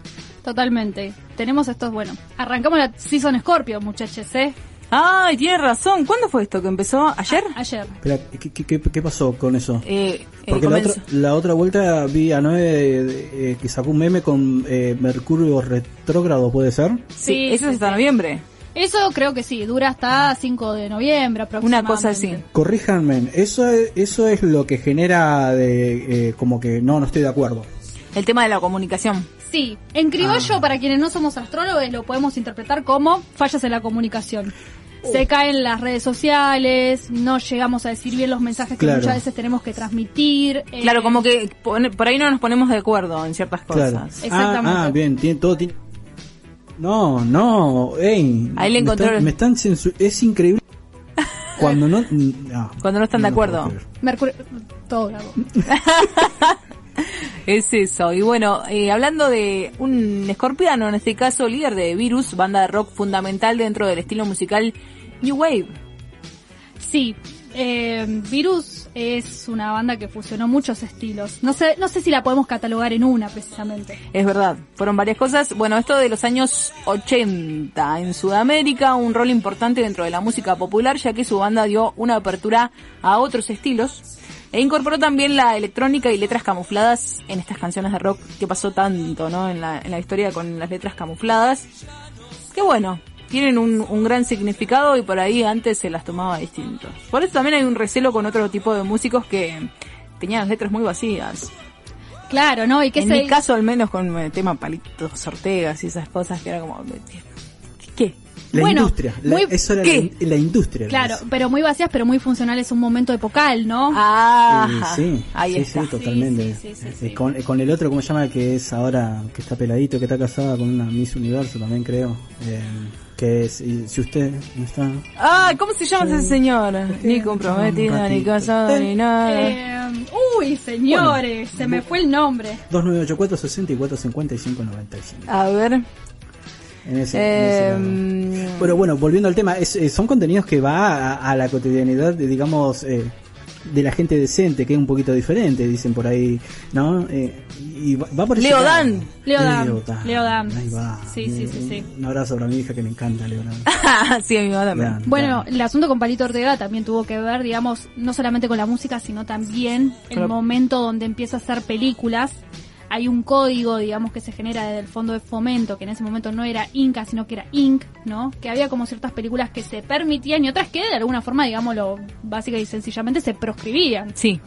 [SPEAKER 7] Totalmente. Tenemos estos, bueno, arrancamos la Season Scorpio, muchachos, ¿eh?
[SPEAKER 5] Ay, tiene razón. ¿Cuándo fue esto que empezó? ¿Ayer?
[SPEAKER 7] Ayer.
[SPEAKER 6] Espera, ¿qué, qué- qué- qué pasó con eso?
[SPEAKER 5] Eh, eh,
[SPEAKER 6] Porque la,
[SPEAKER 5] comenzó-
[SPEAKER 6] otra, la otra vuelta vi a Noé eh, eh, que sacó un meme con eh, Mercurio retrógrado, ¿puede ser?
[SPEAKER 5] Sí,
[SPEAKER 7] Sí,
[SPEAKER 5] eso es
[SPEAKER 7] sí,
[SPEAKER 5] hasta noviembre.
[SPEAKER 7] Eso creo que sí, dura hasta 5 de noviembre aproximadamente.
[SPEAKER 5] Una cosa así.
[SPEAKER 6] Corríjanme, eso es, eso es lo que genera de, eh, como que no, no estoy de acuerdo.
[SPEAKER 5] El tema de la comunicación.
[SPEAKER 7] Sí, en criollo, para quienes no somos astrólogos, lo podemos interpretar como fallas en la comunicación. Se caen las redes sociales, no llegamos a decir bien los mensajes que
[SPEAKER 6] Claro.
[SPEAKER 7] muchas veces tenemos que transmitir. eh,
[SPEAKER 5] Claro, como que pone- por ahí no nos ponemos de acuerdo en ciertas cosas.
[SPEAKER 6] Claro.
[SPEAKER 7] Exactamente.
[SPEAKER 6] Ah, ah, bien, tiene, todo tiene... No, no, ey.
[SPEAKER 5] Ahí le
[SPEAKER 6] me
[SPEAKER 5] encontró
[SPEAKER 6] están-
[SPEAKER 5] el-
[SPEAKER 6] Me están censu- Es increíble. Cuando no... ah, no.
[SPEAKER 5] Cuando no están de
[SPEAKER 6] lo puedo
[SPEAKER 5] acuerdo.
[SPEAKER 6] creer.
[SPEAKER 7] Mercurio. Todo grabó.
[SPEAKER 5] Es eso. Y bueno, eh, hablando de un escorpiano, en este caso líder de Virus, banda de rock fundamental dentro del estilo musical New Wave.
[SPEAKER 7] Sí, eh, Virus es una banda que fusionó muchos estilos. No sé, no sé si la podemos catalogar en una precisamente.
[SPEAKER 5] Es verdad, fueron varias cosas. Bueno, esto de los años 80 en Sudamérica, un rol importante dentro de la música popular, ya que su banda dio una apertura a otros estilos e incorporó también la electrónica y letras camufladas en estas canciones de rock que pasó tanto, ¿no? En la, en la historia con las letras camufladas. Que bueno, tienen un, un gran significado y por ahí antes se las tomaba distinto. Por eso también hay un recelo con otro tipo de músicos que tenían las letras muy vacías.
[SPEAKER 7] Claro, ¿no? Y que
[SPEAKER 5] En
[SPEAKER 7] se-
[SPEAKER 5] mi caso, al menos con el tema palitos, ortegas y esas cosas que era como. ¿Qué?
[SPEAKER 6] La
[SPEAKER 7] Bueno,
[SPEAKER 6] industria. la-
[SPEAKER 7] muy-
[SPEAKER 6] eso era
[SPEAKER 5] ¿qué?
[SPEAKER 6] La, la industria.
[SPEAKER 7] Claro, pero muy vacías, pero muy funcionales un momento epocal, ¿no?
[SPEAKER 5] Ah,
[SPEAKER 6] Eh, sí,
[SPEAKER 5] ahí
[SPEAKER 6] sí,
[SPEAKER 5] está.
[SPEAKER 6] sí, totalmente.
[SPEAKER 7] Sí, sí, sí,
[SPEAKER 6] Eh,
[SPEAKER 7] sí, sí.
[SPEAKER 6] Con, eh, con el otro, ¿cómo se llama? Que es ahora, que está peladito, que está casada con una Miss Universo también, creo. Eh, que es, y si usted no está...
[SPEAKER 5] Ah, ¿cómo se llama ese señor? Ni
[SPEAKER 6] Este,
[SPEAKER 5] comprometida, ni casada, ni nada.
[SPEAKER 7] Eh, uy, señores, se me fue el nombre.
[SPEAKER 6] 2984 64 55 95.
[SPEAKER 5] A ver.
[SPEAKER 6] En ese, en ese lado.
[SPEAKER 5] Eh,
[SPEAKER 6] Pero bueno, volviendo al tema, es- eh, son contenidos que va a, a la cotidianidad, de, digamos, eh, de la gente decente, que es un poquito diferente, dicen por ahí, ¿no? Eh, y va, va por ese
[SPEAKER 5] Leo
[SPEAKER 6] lado.
[SPEAKER 5] Dan.
[SPEAKER 7] Leo Dan, Leo Dan.
[SPEAKER 6] Ahí va.
[SPEAKER 7] Sí, sí, sí, sí.
[SPEAKER 6] Un abrazo para mi hija que le encanta Leo Dan.
[SPEAKER 5] sí, a mi mamá también.
[SPEAKER 6] Dan,
[SPEAKER 7] Bueno,
[SPEAKER 6] Dan.
[SPEAKER 7] el asunto con Palito Ortega también tuvo que ver, digamos, no solamente con la música, sino también el
[SPEAKER 5] Claro.
[SPEAKER 7] momento donde empieza a hacer películas. Hay un código, digamos, que se genera desde el fondo de fomento, que en ese momento no era Inca, sino que era Inc, ¿no? Que había como ciertas películas que se permitían y otras que de alguna forma, digámoslo, básica y sencillamente se proscribían,
[SPEAKER 5] Sí.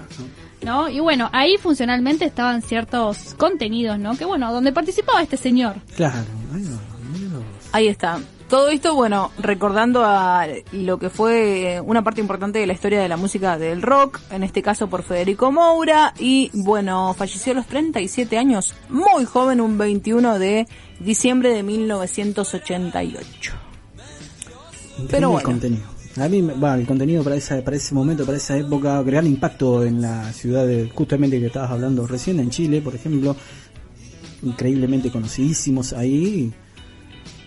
[SPEAKER 7] ¿no? Y bueno, ahí funcionalmente estaban ciertos contenidos, ¿no? Que bueno, donde participaba este señor.
[SPEAKER 6] Claro, ahí va, mira vos.
[SPEAKER 5] Ahí está. Todo esto, bueno, recordando a lo que fue eh, una parte importante de la historia de la música del rock, en este caso por Federico Moura, y bueno, falleció a los 37 años, muy joven, un 21 de diciembre de 1988.
[SPEAKER 6] Increíble
[SPEAKER 5] bueno.
[SPEAKER 6] el contenido. A mí, me- va, el contenido para, esa, para ese momento, para esa época, gran impacto en la ciudad de, justamente que estabas hablando recién, en Chile, por ejemplo, increíblemente conocidísimos ahí.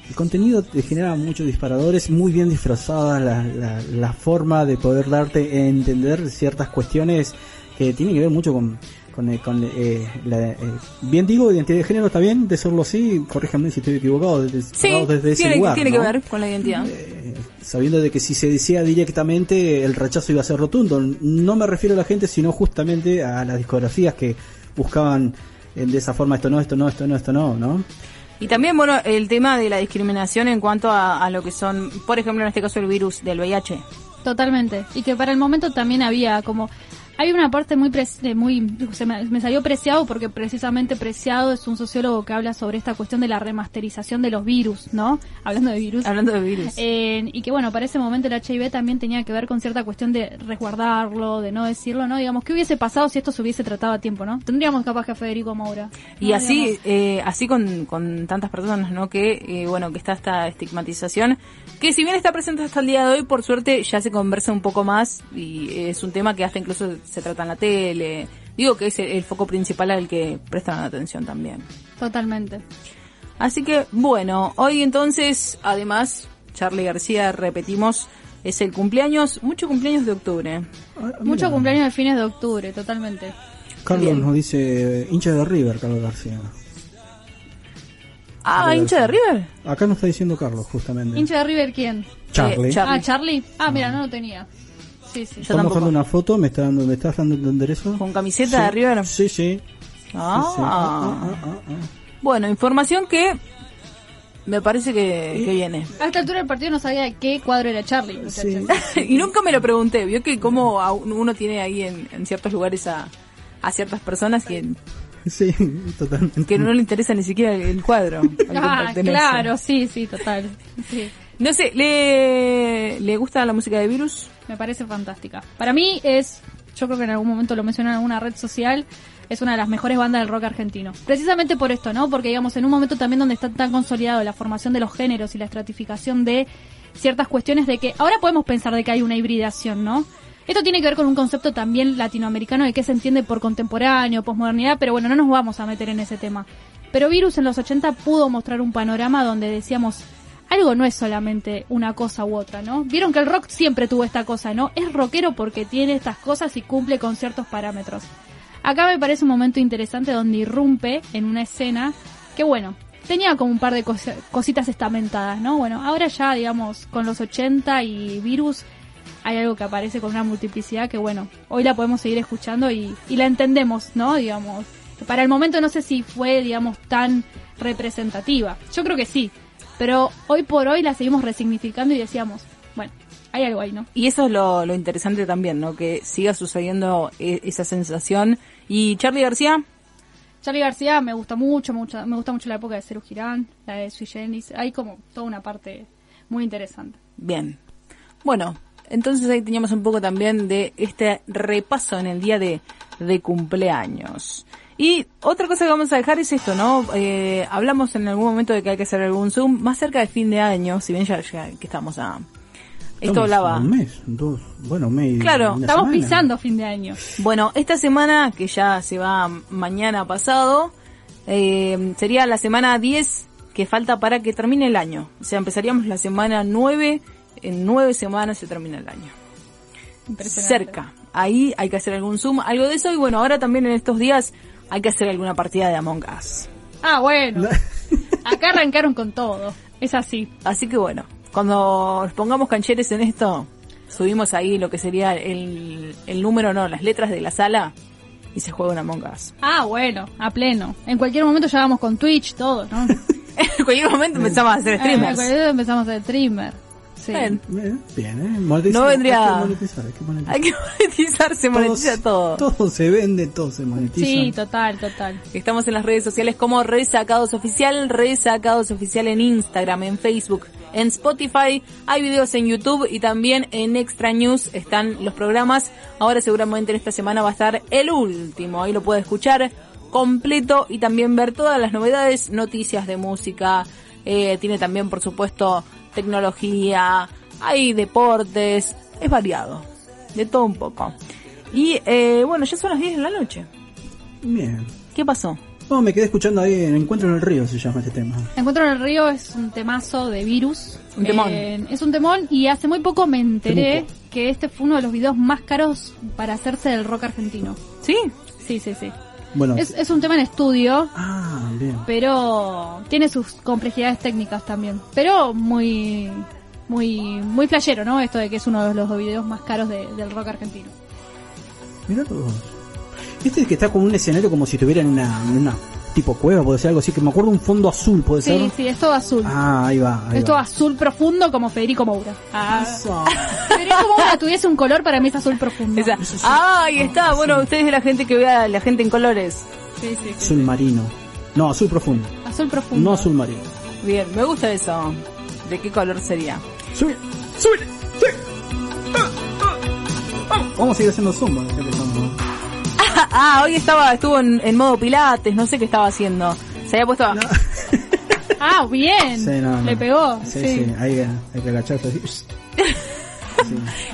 [SPEAKER 6] El contenido te genera muchos disparadores, muy bien disfrazadas, la, la- la forma de poder darte a entender ciertas cuestiones que tienen que ver mucho con, con, eh, con, eh, la, eh, bien digo, identidad de género está bien, decirlo así, corríjame si estoy equivocado, desde,
[SPEAKER 5] Sí,
[SPEAKER 6] desde ese
[SPEAKER 5] tiene,
[SPEAKER 6] lugar,
[SPEAKER 5] tiene que
[SPEAKER 6] ¿no?
[SPEAKER 5] ver con la identidad.
[SPEAKER 6] Eh, sabiendo de que si se decía directamente el rechazo iba a ser rotundo. No me refiero a la gente, sino justamente a las discografías que buscaban eh, de esa forma esto no, esto no, esto no, esto no, ¿no?
[SPEAKER 5] Y también, bueno, el tema de la discriminación en cuanto a, a lo que son, por ejemplo, en este caso el virus del VIH.
[SPEAKER 7] Totalmente. Y que para el momento también había como... Hay una parte muy... pre- de muy se me, me salió Preciado porque precisamente Preciado es un sociólogo que habla sobre esta cuestión de la remasterización de los virus, ¿no? Hablando de virus.
[SPEAKER 5] Hablando de virus.
[SPEAKER 7] Eh, y que bueno, para ese momento el HIV también tenía que ver con cierta cuestión de resguardarlo, de no decirlo, ¿no? Digamos, ¿qué hubiese pasado si esto se hubiese tratado a tiempo, no? Tendríamos capaz que a Federico Moura.
[SPEAKER 5] Y
[SPEAKER 7] ¿no?
[SPEAKER 5] así,
[SPEAKER 7] Digamos.
[SPEAKER 5] eh, así con, con tantas personas, ¿no? Que, eh, bueno, que está esta estigmatización, que si bien está presente hasta el día de hoy, por suerte ya se conversa un poco más y eh, es un tema que hasta incluso se trata en la tele. Digo que es el, el foco principal al que prestan atención también.
[SPEAKER 7] Totalmente.
[SPEAKER 5] Así que, bueno, hoy entonces, además, Charlie García, repetimos, es el cumpleaños, mucho cumpleaños de octubre.
[SPEAKER 6] Ah,
[SPEAKER 7] Mucho cumpleaños de fines de octubre, totalmente.
[SPEAKER 6] Carlos
[SPEAKER 5] Bien.
[SPEAKER 6] nos dice eh, hincha de River, Carlos García.
[SPEAKER 5] Ah, hincha de River.
[SPEAKER 6] Acá nos está diciendo Carlos, justamente.
[SPEAKER 7] ¿Hincha de River quién?
[SPEAKER 6] Charlie.
[SPEAKER 5] Eh, Char- Charlie.
[SPEAKER 7] Ah, Charlie. Ah, mira, no lo tenía. Sí, sí.
[SPEAKER 5] Yo
[SPEAKER 6] Estamos
[SPEAKER 5] tampoco.
[SPEAKER 6] mostrando una foto, me está dando, ¿me estás dando el enderezo?
[SPEAKER 5] Con camiseta de River.
[SPEAKER 6] Sí, sí.
[SPEAKER 5] Ah.
[SPEAKER 6] Sí, sí. Ah, ah, ah, ah.
[SPEAKER 5] Bueno, información que me parece que, que viene.
[SPEAKER 7] A esta altura del partido no sabía de qué cuadro era Charlie, muchachos.
[SPEAKER 6] Sí.
[SPEAKER 5] y nunca me lo pregunté. Vio que como a un- uno tiene ahí en, en ciertos lugares a, a ciertas personas que,
[SPEAKER 6] Sí, totalmente.
[SPEAKER 5] que no le interesa ni siquiera el, el cuadro. al que
[SPEAKER 7] Ah,
[SPEAKER 5] pertenece.
[SPEAKER 7] claro, sí, sí, total. Sí.
[SPEAKER 5] No sé, ¿le, ¿le gusta la música de Virus?
[SPEAKER 7] Me parece fantástica. Para mí es, yo creo que en algún momento lo mencionaron en alguna red social, es una de las mejores bandas del rock argentino. Precisamente por esto, ¿no? Porque digamos, en un momento también donde está tan consolidado la formación de los géneros y la estratificación de ciertas cuestiones de que ahora podemos pensar de que hay una hibridación, ¿no? Esto tiene que ver con un concepto también latinoamericano de qué se entiende por contemporáneo, posmodernidad, pero bueno, no nos vamos a meter en ese tema. Pero Virus en los 80 pudo mostrar un panorama donde decíamos, algo no es solamente una cosa u otra, ¿no? Vieron que el rock siempre tuvo esta cosa, ¿no? Es rockero porque tiene estas cosas y cumple con ciertos parámetros. Acá me parece un momento interesante donde irrumpe en una escena que, bueno, tenía como un par de cosa- cositas estamentadas, ¿no? Bueno, ahora ya, digamos, con los 80 y virus, hay algo que aparece con una multiplicidad que, bueno, hoy la podemos seguir escuchando y, y la entendemos, ¿no? Digamos, que para el momento no sé si fue, digamos, tan representativa. Yo creo que sí, pero hoy por hoy la seguimos resignificando y decíamos, bueno, hay algo ahí, ¿no?
[SPEAKER 5] Y eso es lo, lo interesante también, ¿no? Que siga sucediendo e- esa sensación. ¿Y Charlie García?
[SPEAKER 7] Charlie García me gusta mucho, mucho me gusta mucho la época de Cero Girán, la de Sui Generis, hay como toda una parte muy interesante.
[SPEAKER 5] Bien. Bueno, entonces ahí teníamos un poco también de este repaso en el día de, de cumpleaños. Y otra cosa que vamos a dejar es esto, ¿no? Eh, hablamos en algún momento de que hay que hacer algún Zoom más cerca del fin de año, si bien ya, ya que estamos a... Esto
[SPEAKER 6] Estamos
[SPEAKER 5] hablaba.
[SPEAKER 6] Un mes, dos, bueno, un mes. y
[SPEAKER 5] Claro,
[SPEAKER 6] una
[SPEAKER 7] Estamos
[SPEAKER 6] semana.
[SPEAKER 7] pisando fin de año.
[SPEAKER 5] Bueno, esta semana, que ya se va mañana pasado, eh, sería la semana 10 que falta para que termine el año. O sea, empezaríamos la semana 9, en 9 semanas se termina el año.
[SPEAKER 7] Impresionante.
[SPEAKER 5] cerca. Ahí hay que hacer algún zoom, algo de eso. Y bueno, ahora también en estos días hay que hacer alguna partida de Among Us.
[SPEAKER 7] Ah, bueno. Acá arrancaron con todo. Es así.
[SPEAKER 5] Así que bueno, cuando nos pongamos cancheres en esto, subimos ahí lo que sería el, el número, no, las letras de la sala y se juega una Among Us.
[SPEAKER 7] Ah, bueno, a pleno. En cualquier momento ya vamos con Twitch, todo, ¿no?
[SPEAKER 5] en cualquier momento empezamos a hacer
[SPEAKER 7] Ah, en cualquier
[SPEAKER 5] streamers.
[SPEAKER 7] momento empezamos a hacer streamer. Sí.
[SPEAKER 5] Bien.
[SPEAKER 6] Eh, Bien, ¿eh? Monetizar,
[SPEAKER 5] No vendría-
[SPEAKER 6] Hay que monetizar, hay que monetizar.
[SPEAKER 5] Hay que monetizar, se monetiza todo.
[SPEAKER 6] Todo, se vende, todo se monetiza.
[SPEAKER 7] Sí, total, total.
[SPEAKER 5] Estamos en las redes sociales como Resacados Oficial, Resacados Oficial en Instagram, en Facebook, en Spotify, hay videos en YouTube y también en Extra News están los programas. Ahora seguramente en esta semana va a estar el último, ahí lo puede escuchar completo y también ver todas las novedades, noticias de música, eh, tiene también por supuesto tecnología, hay deportes, es variado, de todo un poco. Y eh, bueno, ya son las 10 de la noche.
[SPEAKER 6] Bien.
[SPEAKER 5] ¿Qué pasó?
[SPEAKER 6] No, me quedé escuchando ahí en Encuentro en el Río, se llama este tema.
[SPEAKER 7] Encuentro en el río es un temazo de virus.
[SPEAKER 5] Un temón.
[SPEAKER 7] Eh, es un temón y hace muy poco me enteré
[SPEAKER 6] Temuco.
[SPEAKER 7] que este fue uno de los videos más caros para hacerse del rock argentino.
[SPEAKER 5] ¿Sí?
[SPEAKER 7] Sí, sí, sí.
[SPEAKER 6] Bueno.
[SPEAKER 7] Es, es un tema en estudio,
[SPEAKER 6] Ah, bien.
[SPEAKER 7] pero tiene sus complejidades técnicas también. Pero muy, muy, muy playero, ¿no? Esto de que es uno de los videos más caros de- del rock argentino.
[SPEAKER 6] Mirá vos. Este que está con un escenario como si estuviera en una, en una tipo cueva, puede ser algo así, que me acuerdo un fondo azul, puede ser.
[SPEAKER 7] Sí, sí, es todo azul.
[SPEAKER 6] Ah, ahí va. Ahí
[SPEAKER 7] es todo
[SPEAKER 6] va.
[SPEAKER 7] azul profundo como Federico Moura. Ah.
[SPEAKER 6] Eso.
[SPEAKER 7] Federico Moura tuviese un color, para mí es azul profundo.
[SPEAKER 5] Esa. Ah, ahí está. Bueno, ustedes de la gente que vea la gente en colores.
[SPEAKER 7] Sí, sí, sí.
[SPEAKER 6] Azul marino. No, azul profundo.
[SPEAKER 7] Azul profundo.
[SPEAKER 6] No azul marino.
[SPEAKER 5] Bien, me gusta eso. ¿De qué color sería?
[SPEAKER 6] Sube, sube, sube. Ah, Vamos a seguir haciendo zumba. ya que estamos.
[SPEAKER 5] Ah, hoy estaba, estuvo en, en modo pilates, no sé qué estaba haciendo. Se había puesto...
[SPEAKER 7] Ah, bien.
[SPEAKER 6] Sí, no, no.
[SPEAKER 7] Le pegó.
[SPEAKER 6] Sí, sí, Ahí que- hay que agacharse así.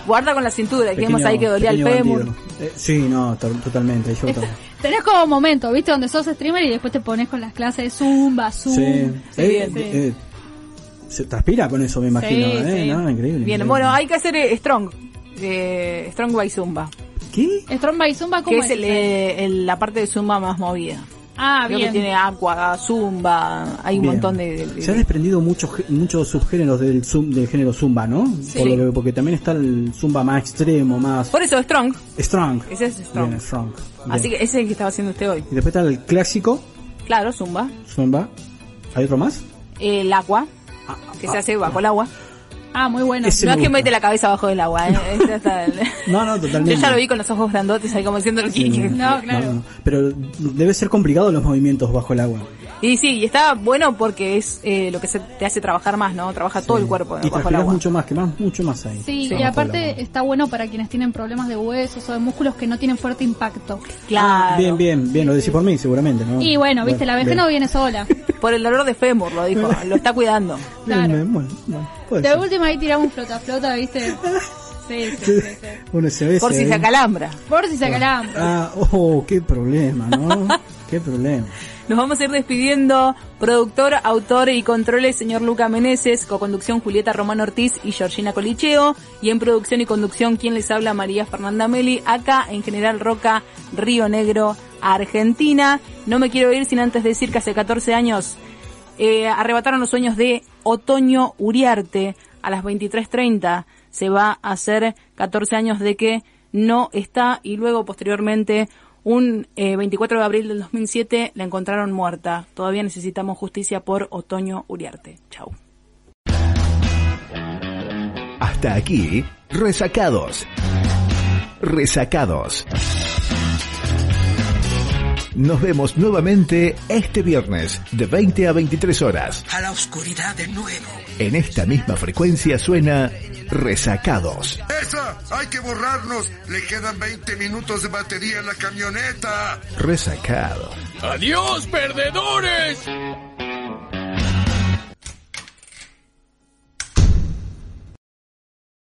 [SPEAKER 5] Guarda con la cintura, que vimos
[SPEAKER 6] Pequeño-
[SPEAKER 5] ahí que dolía el
[SPEAKER 6] pequeño
[SPEAKER 5] fémur.
[SPEAKER 6] bandido. Eh, sí, no, to- totalmente. Yo to-
[SPEAKER 7] Tenés como momento, ¿viste? Donde sos streamer y después te pones con las clases de Zumba, Zoom.
[SPEAKER 6] Sí. Eh,
[SPEAKER 7] bien, sí.
[SPEAKER 6] eh, se transpira con eso, me imagino.
[SPEAKER 7] Sí,
[SPEAKER 6] eh,
[SPEAKER 7] sí.
[SPEAKER 6] no, increíble.
[SPEAKER 5] Bien,
[SPEAKER 6] increíble.
[SPEAKER 5] bueno, hay que hacer eh, Strong. Eh, strong by Zumba.
[SPEAKER 6] ¿Qué?
[SPEAKER 7] Stromba y Zumba,
[SPEAKER 5] Que
[SPEAKER 7] ¿cómo
[SPEAKER 5] es el, eh, el- la parte de Zumba más movida.
[SPEAKER 7] Ah,
[SPEAKER 5] Creo
[SPEAKER 7] bien.
[SPEAKER 5] que tiene Aqua, Zumba, hay un
[SPEAKER 6] Bien.
[SPEAKER 5] montón de... de- de-
[SPEAKER 6] Se han desprendido muchos ge- muchos subgéneros del zum- del género zumba, ¿no?
[SPEAKER 5] Sí.
[SPEAKER 6] Por lo que- porque también está el zumba más extremo, más
[SPEAKER 5] Por eso, Strong.
[SPEAKER 6] strong.
[SPEAKER 5] Ese es Strong.
[SPEAKER 6] Bien, strong. Bien.
[SPEAKER 5] Así que ese es el que estaba haciendo usted hoy.
[SPEAKER 6] y después está el clásico
[SPEAKER 5] Claro, Zumba.
[SPEAKER 6] zumba. ¿Hay otro más?
[SPEAKER 5] El Aqua, que se hace bajo el agua.
[SPEAKER 7] Ah, muy bueno.
[SPEAKER 6] Ese- Ah, Sí,
[SPEAKER 5] no es
[SPEAKER 6] me
[SPEAKER 5] que
[SPEAKER 6] gusta.
[SPEAKER 5] mete la cabeza abajo del agua, ¿eh? Esa está-
[SPEAKER 6] No, no, totalmente.
[SPEAKER 5] Yo ya lo vi con los ojos grandotes ahí como diciendo...
[SPEAKER 7] No, claro.
[SPEAKER 6] Pero debe ser complicado los movimientos bajo el agua.
[SPEAKER 5] Y sí, y está bueno porque es eh, lo que se te hace trabajar más, ¿no? Trabaja todo el cuerpo
[SPEAKER 6] y
[SPEAKER 5] bajo el
[SPEAKER 6] transpiras
[SPEAKER 5] agua.
[SPEAKER 6] mucho más, que más mucho más ahí.
[SPEAKER 7] Sí,
[SPEAKER 6] Bajo
[SPEAKER 7] y
[SPEAKER 6] el
[SPEAKER 7] aparte
[SPEAKER 6] agua.
[SPEAKER 7] está bueno para quienes tienen problemas de huesos o de músculos que no tienen fuerte impacto.
[SPEAKER 5] Ah, Claro.
[SPEAKER 6] Bien, bien, bien, lo decís por mí seguramente, ¿no?
[SPEAKER 7] Y bueno, viste, la vejez
[SPEAKER 6] bien.
[SPEAKER 7] no viene sola.
[SPEAKER 5] Por el dolor de fémur, lo dijo. lo está cuidando.
[SPEAKER 6] Bien,
[SPEAKER 7] claro.
[SPEAKER 6] bien, bueno, bueno, puede
[SPEAKER 7] De
[SPEAKER 6] ser.
[SPEAKER 7] última ahí tiramos flota flota, viste. Sí, sí, sí. sí.
[SPEAKER 6] Uno se ve
[SPEAKER 5] Por
[SPEAKER 6] se
[SPEAKER 5] si
[SPEAKER 6] ve.
[SPEAKER 5] se acalambra.
[SPEAKER 7] Por si se acalambra.
[SPEAKER 6] Ah, oh, qué problema, ¿no? qué problema.
[SPEAKER 5] Nos vamos a ir despidiendo. Productor, autor y controles, señor Luca Meneses. Coconducción, Julieta Román Ortiz y Georgina Colicheo. Y en producción y conducción, quien les habla, María Fernanda Meli. Acá, en General Roca, Río Negro, Argentina. No me quiero ir sin antes decir que hace 14 años eh, arrebataron los sueños de Otoño Uriarte. A las 23.30 se va a hacer 14 años de que no está y luego posteriormente un eh, 24 de abril del 2007 la encontraron muerta. Todavía necesitamos justicia por Otoño Uriarte. Chau.
[SPEAKER 3] Hasta aquí, resacados. Resacados. Nos vemos nuevamente este viernes de 20 a 23 horas.
[SPEAKER 8] A la oscuridad de nuevo.
[SPEAKER 3] En esta misma frecuencia suena Resacados.
[SPEAKER 9] ¡Esa! ¡Hay que borrarnos! Le quedan 20 minutos de batería en la camioneta.
[SPEAKER 3] Resacado.
[SPEAKER 2] ¡Adiós, perdedores!